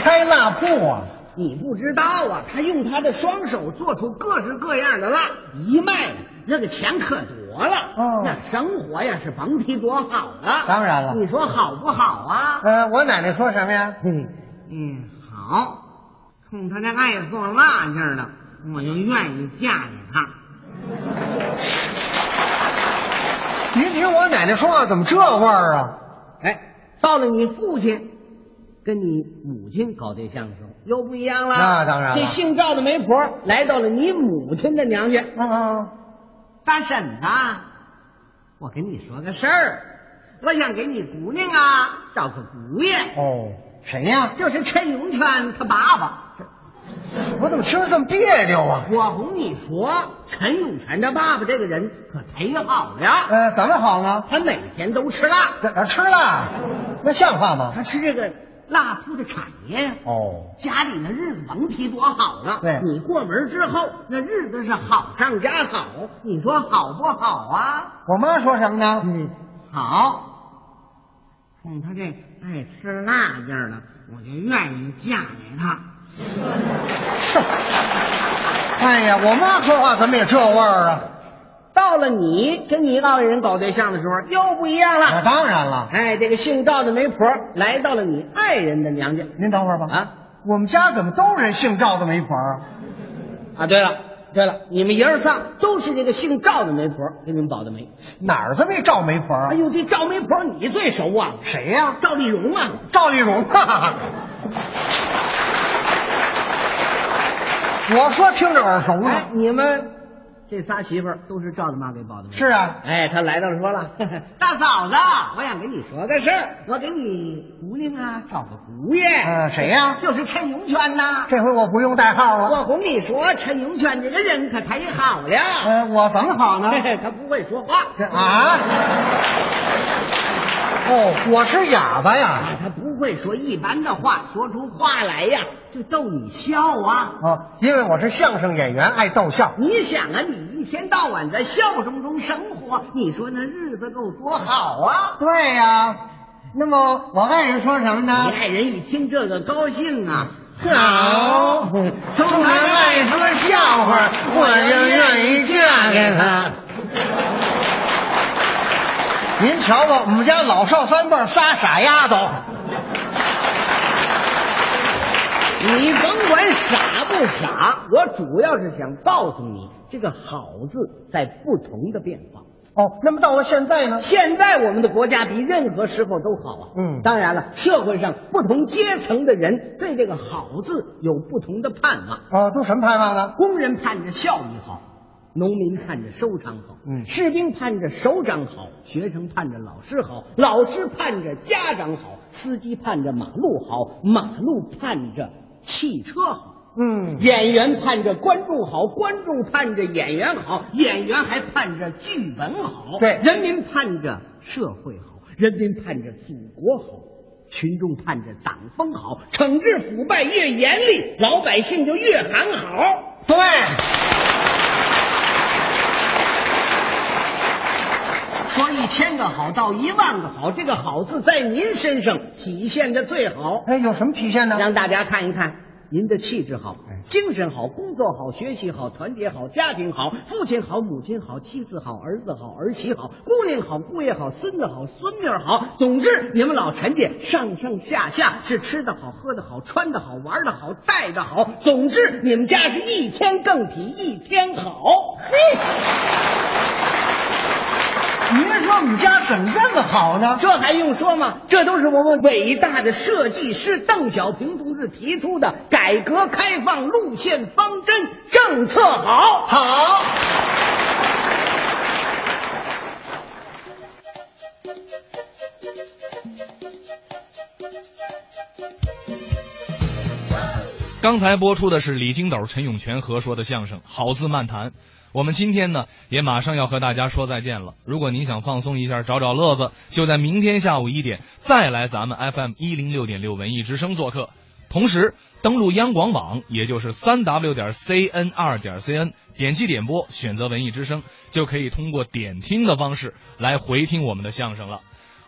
[SPEAKER 19] 开蜡铺啊。
[SPEAKER 11] 你不知道啊，他用他的双手做出各式各样的蜡，一卖那个钱可多了。
[SPEAKER 19] 哦
[SPEAKER 11] 那生活呀是甭提多好了。
[SPEAKER 19] 当然了
[SPEAKER 11] 你说好不好啊？
[SPEAKER 19] 呃，我奶奶说什么呀？
[SPEAKER 11] 嗯嗯，好，冲他那爱做蜡劲儿的，我就愿意嫁给他。
[SPEAKER 19] 您听我奶奶说话怎么这味儿啊？
[SPEAKER 11] 哎，到了你父亲跟你母亲搞对象的时候，又不一样了。
[SPEAKER 19] 那当然了
[SPEAKER 11] 这姓赵的媒婆来到了你母亲的娘家。
[SPEAKER 19] 啊啊！
[SPEAKER 11] 大婶子，我跟你说个事儿，我想给你姑娘啊找个姑爷。
[SPEAKER 19] 哦，谁呀？
[SPEAKER 11] 就是陈永川他爸爸。
[SPEAKER 19] 我怎么听着这么别扭啊？
[SPEAKER 11] 我哄你说，陈永泉他爸爸这个人可忒好了，
[SPEAKER 19] 呃，怎么好呢？
[SPEAKER 11] 他每天都吃辣，
[SPEAKER 19] 怎么吃辣？那像话吗？
[SPEAKER 11] 他吃这个辣铺的产业呀。
[SPEAKER 19] 哦，
[SPEAKER 11] 家里那日子甭提多好了，
[SPEAKER 19] 对
[SPEAKER 11] 你过门之后，那日子是好上加好，你说好不好啊？
[SPEAKER 19] 我妈说什么呢？嗯，
[SPEAKER 11] 好，冲他这爱吃辣劲儿的，我就愿意嫁给他。
[SPEAKER 19] 哎呀，我妈说话怎么也这味儿啊？
[SPEAKER 11] 到了你跟你老人搞对象的时候，又不一样了。
[SPEAKER 19] 那当然了。
[SPEAKER 11] 哎，这个姓赵的媒婆来到了你爱人的娘家
[SPEAKER 19] 您等会儿吧。
[SPEAKER 11] 啊
[SPEAKER 19] 我们家怎么都是人姓赵的媒婆啊？
[SPEAKER 11] 啊！对了，对了，你们爷儿仨都是这个姓赵的媒婆给你们保的媒。
[SPEAKER 19] 哪儿这么一赵媒婆啊
[SPEAKER 11] 哎？呦，这赵媒婆你最熟啊？
[SPEAKER 19] 谁呀、
[SPEAKER 11] 赵丽蓉啊！
[SPEAKER 19] 赵丽蓉啊！我说听着耳熟
[SPEAKER 11] 哎
[SPEAKER 19] 呢，。
[SPEAKER 11] 你们这仨媳妇儿都是赵大妈给保的媒。
[SPEAKER 19] 是啊，
[SPEAKER 11] 哎，她来到了，说了，呵呵大嫂子，我想跟你说个事儿，我给你姑娘啊找个姑爷。
[SPEAKER 19] 嗯、谁呀、
[SPEAKER 11] 就是陈永泉呐、
[SPEAKER 19] 这回我不用代号了。
[SPEAKER 11] 我哄你说，陈永泉这个人可忒好了。
[SPEAKER 19] 呃，我怎么好呢？
[SPEAKER 11] 他不会说话
[SPEAKER 19] 这 啊？哦，我是哑巴
[SPEAKER 11] 啊
[SPEAKER 19] 呀。
[SPEAKER 11] 他不会说一般的话，说出话来呀，就逗你笑啊。
[SPEAKER 19] 啊，因为我是相声演员，爱逗笑。
[SPEAKER 11] 你想啊，你一天到晚在笑声中生活，你说那日子够多好啊！
[SPEAKER 19] 对呀、那么我爱人说什么呢
[SPEAKER 11] 你爱人一听这个高兴啊，
[SPEAKER 19] 好，通常爱说笑话，我就愿意嫁给他。您瞧吧，我们家老少三辈儿仨傻丫头，
[SPEAKER 11] 你甭管傻不傻，我主要是想告诉你，这个“好”字在不同的变化。
[SPEAKER 19] 哦，那么到了现在呢？
[SPEAKER 11] 现在我们的国家比任何时候都好啊。
[SPEAKER 19] 嗯
[SPEAKER 11] 当然了，社会上不同阶层的人对这个“好”字有不同的盼望。
[SPEAKER 19] 啊，都什么盼望了？
[SPEAKER 11] 工人盼着效益好，农民盼着收成好，
[SPEAKER 19] 嗯
[SPEAKER 11] 士兵盼着首长好，学生盼着老师好，老师盼着家长好，司机盼着马路好，马路盼着汽车好。
[SPEAKER 19] 嗯
[SPEAKER 11] 演员盼着观众好，观众盼着演员好，演员还盼着剧本好，
[SPEAKER 19] 对
[SPEAKER 11] 人民盼着社会好，人民盼着祖国好，群众盼着党风好，惩治腐败越严厉，老百姓就越喊好。
[SPEAKER 19] 对。
[SPEAKER 11] 说一千个好到一万个好，这个好字在您身上体现的最好。
[SPEAKER 19] 哎，有什么体现呢？哎
[SPEAKER 11] 让大家看一看，您的气质好，精神好，工作好，学习好，团结好，家庭好，父亲好，母亲好，妻子好，儿子好，儿媳好，姑娘好，姑爷好，孙子好，孙女儿好。总之，你们老陈家上上下下是吃的好，喝的好，穿的好，玩的好，带的好。总之，你们家是一天更比一天好。嘿。
[SPEAKER 24] 您说我们家怎么这么好呢？
[SPEAKER 11] 这还用说吗？这都是我们伟大的设计师邓小平同志提出的改革开放路线方针政策好。
[SPEAKER 24] 好。
[SPEAKER 4] 刚才播出的是李金斗、陈永泉合说的相声《好字漫谈》。我们今天呢，也马上要和大家说再见了。如果您想放松一下，找找乐子，就在明天下午一点再来咱们 FM 一零六点六文艺之声做客。同时登录央广网，也就是三 w 点 cn 二点 cn，点击点播，选择文艺之声，就可以通过点听的方式来回听我们的相声了。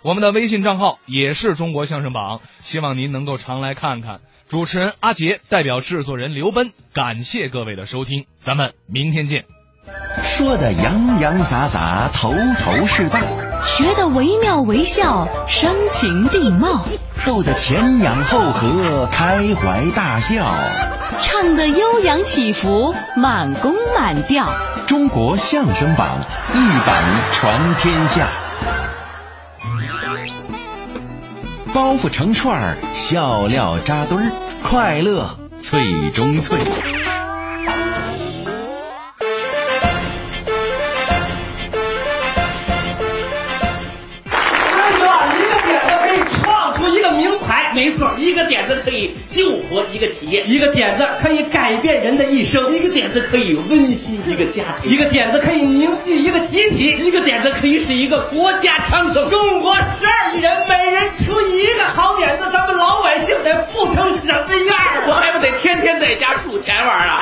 [SPEAKER 4] 我们的微信账号也是中国相声榜，希望您能够常来看看。主持人阿杰代表制作人刘奔，感谢各位的收听，咱们明天见。
[SPEAKER 10] 说的洋洋洒洒，头头是道；
[SPEAKER 1] 学的惟妙惟肖，声情并茂；
[SPEAKER 10] 逗得前仰后合，开怀大笑；
[SPEAKER 1] 唱的悠扬起伏，满弓满调。
[SPEAKER 10] 中国相声榜，一榜传天下。包袱成串儿，笑料扎堆儿，快乐脆中脆。
[SPEAKER 8] 没错，一个点子可以救活一个企业，
[SPEAKER 19] 一个点子可以改变人的一生，
[SPEAKER 8] 一个点子可以温馨一个家庭，
[SPEAKER 19] 一个点子可以凝聚一个集体，
[SPEAKER 8] 一个点子可以使一个国家昌盛。
[SPEAKER 19] 中国十二亿人，每人出一个好点子，咱们老百姓得富成什么样啊？
[SPEAKER 8] 我还不得天天在家数钱玩啊？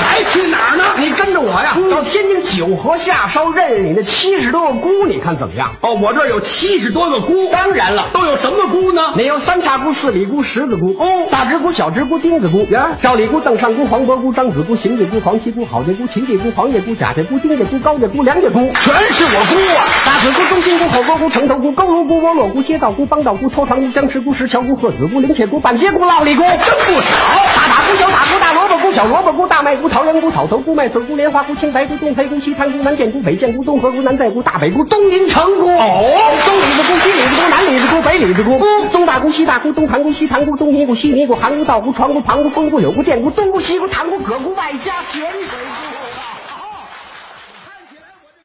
[SPEAKER 11] 还去哪儿呢？你跟着我呀，到天津九河下梢认识你那七十多个姑，你看怎么样？
[SPEAKER 19] 哦，我这儿有七十多个姑，
[SPEAKER 11] 当然了，
[SPEAKER 19] 都有什么姑呢？
[SPEAKER 11] 你有三叉姑、四里姑、十字姑，
[SPEAKER 19] 哦，
[SPEAKER 11] 大直姑、小直姑、丁子姑，呀，赵李姑、邓尚姑、黄伯姑、张子姑、邢子姑、黄七姑、郝家姑、秦家姑、黄家姑、贾家姑、丁家姑、高家姑、梁家姑，
[SPEAKER 19] 全是我姑啊！
[SPEAKER 11] 大嘴姑、中心姑、火锅姑、城头姑、佝偻姑、窝落姑、街道姑、帮道姑、搓肠姑、江池姑、石桥姑、鹤子姑、灵雀姑、板街姑、烙李姑，
[SPEAKER 19] 真不少。
[SPEAKER 11] 大塔姑、小塔姑、大萝卜姑、小萝卜姑、大麦姑、桃。菇、草头菇、麦穗菇、莲花菇、青白菇、东培菇、西滩菇、南涧菇、北涧菇、东河菇、南寨菇、大北菇、东营城菇。
[SPEAKER 19] 哦，
[SPEAKER 11] 东李子菇、西李子菇、南李子菇、北李子菇。嗯，东大菇、西大菇、东塘菇、西塘菇、东尼菇、西尼菇、韩菇、道菇、船菇、旁菇、风菇、柳菇、电菇、东菇、西菇、塘菇、葛菇，外加咸水。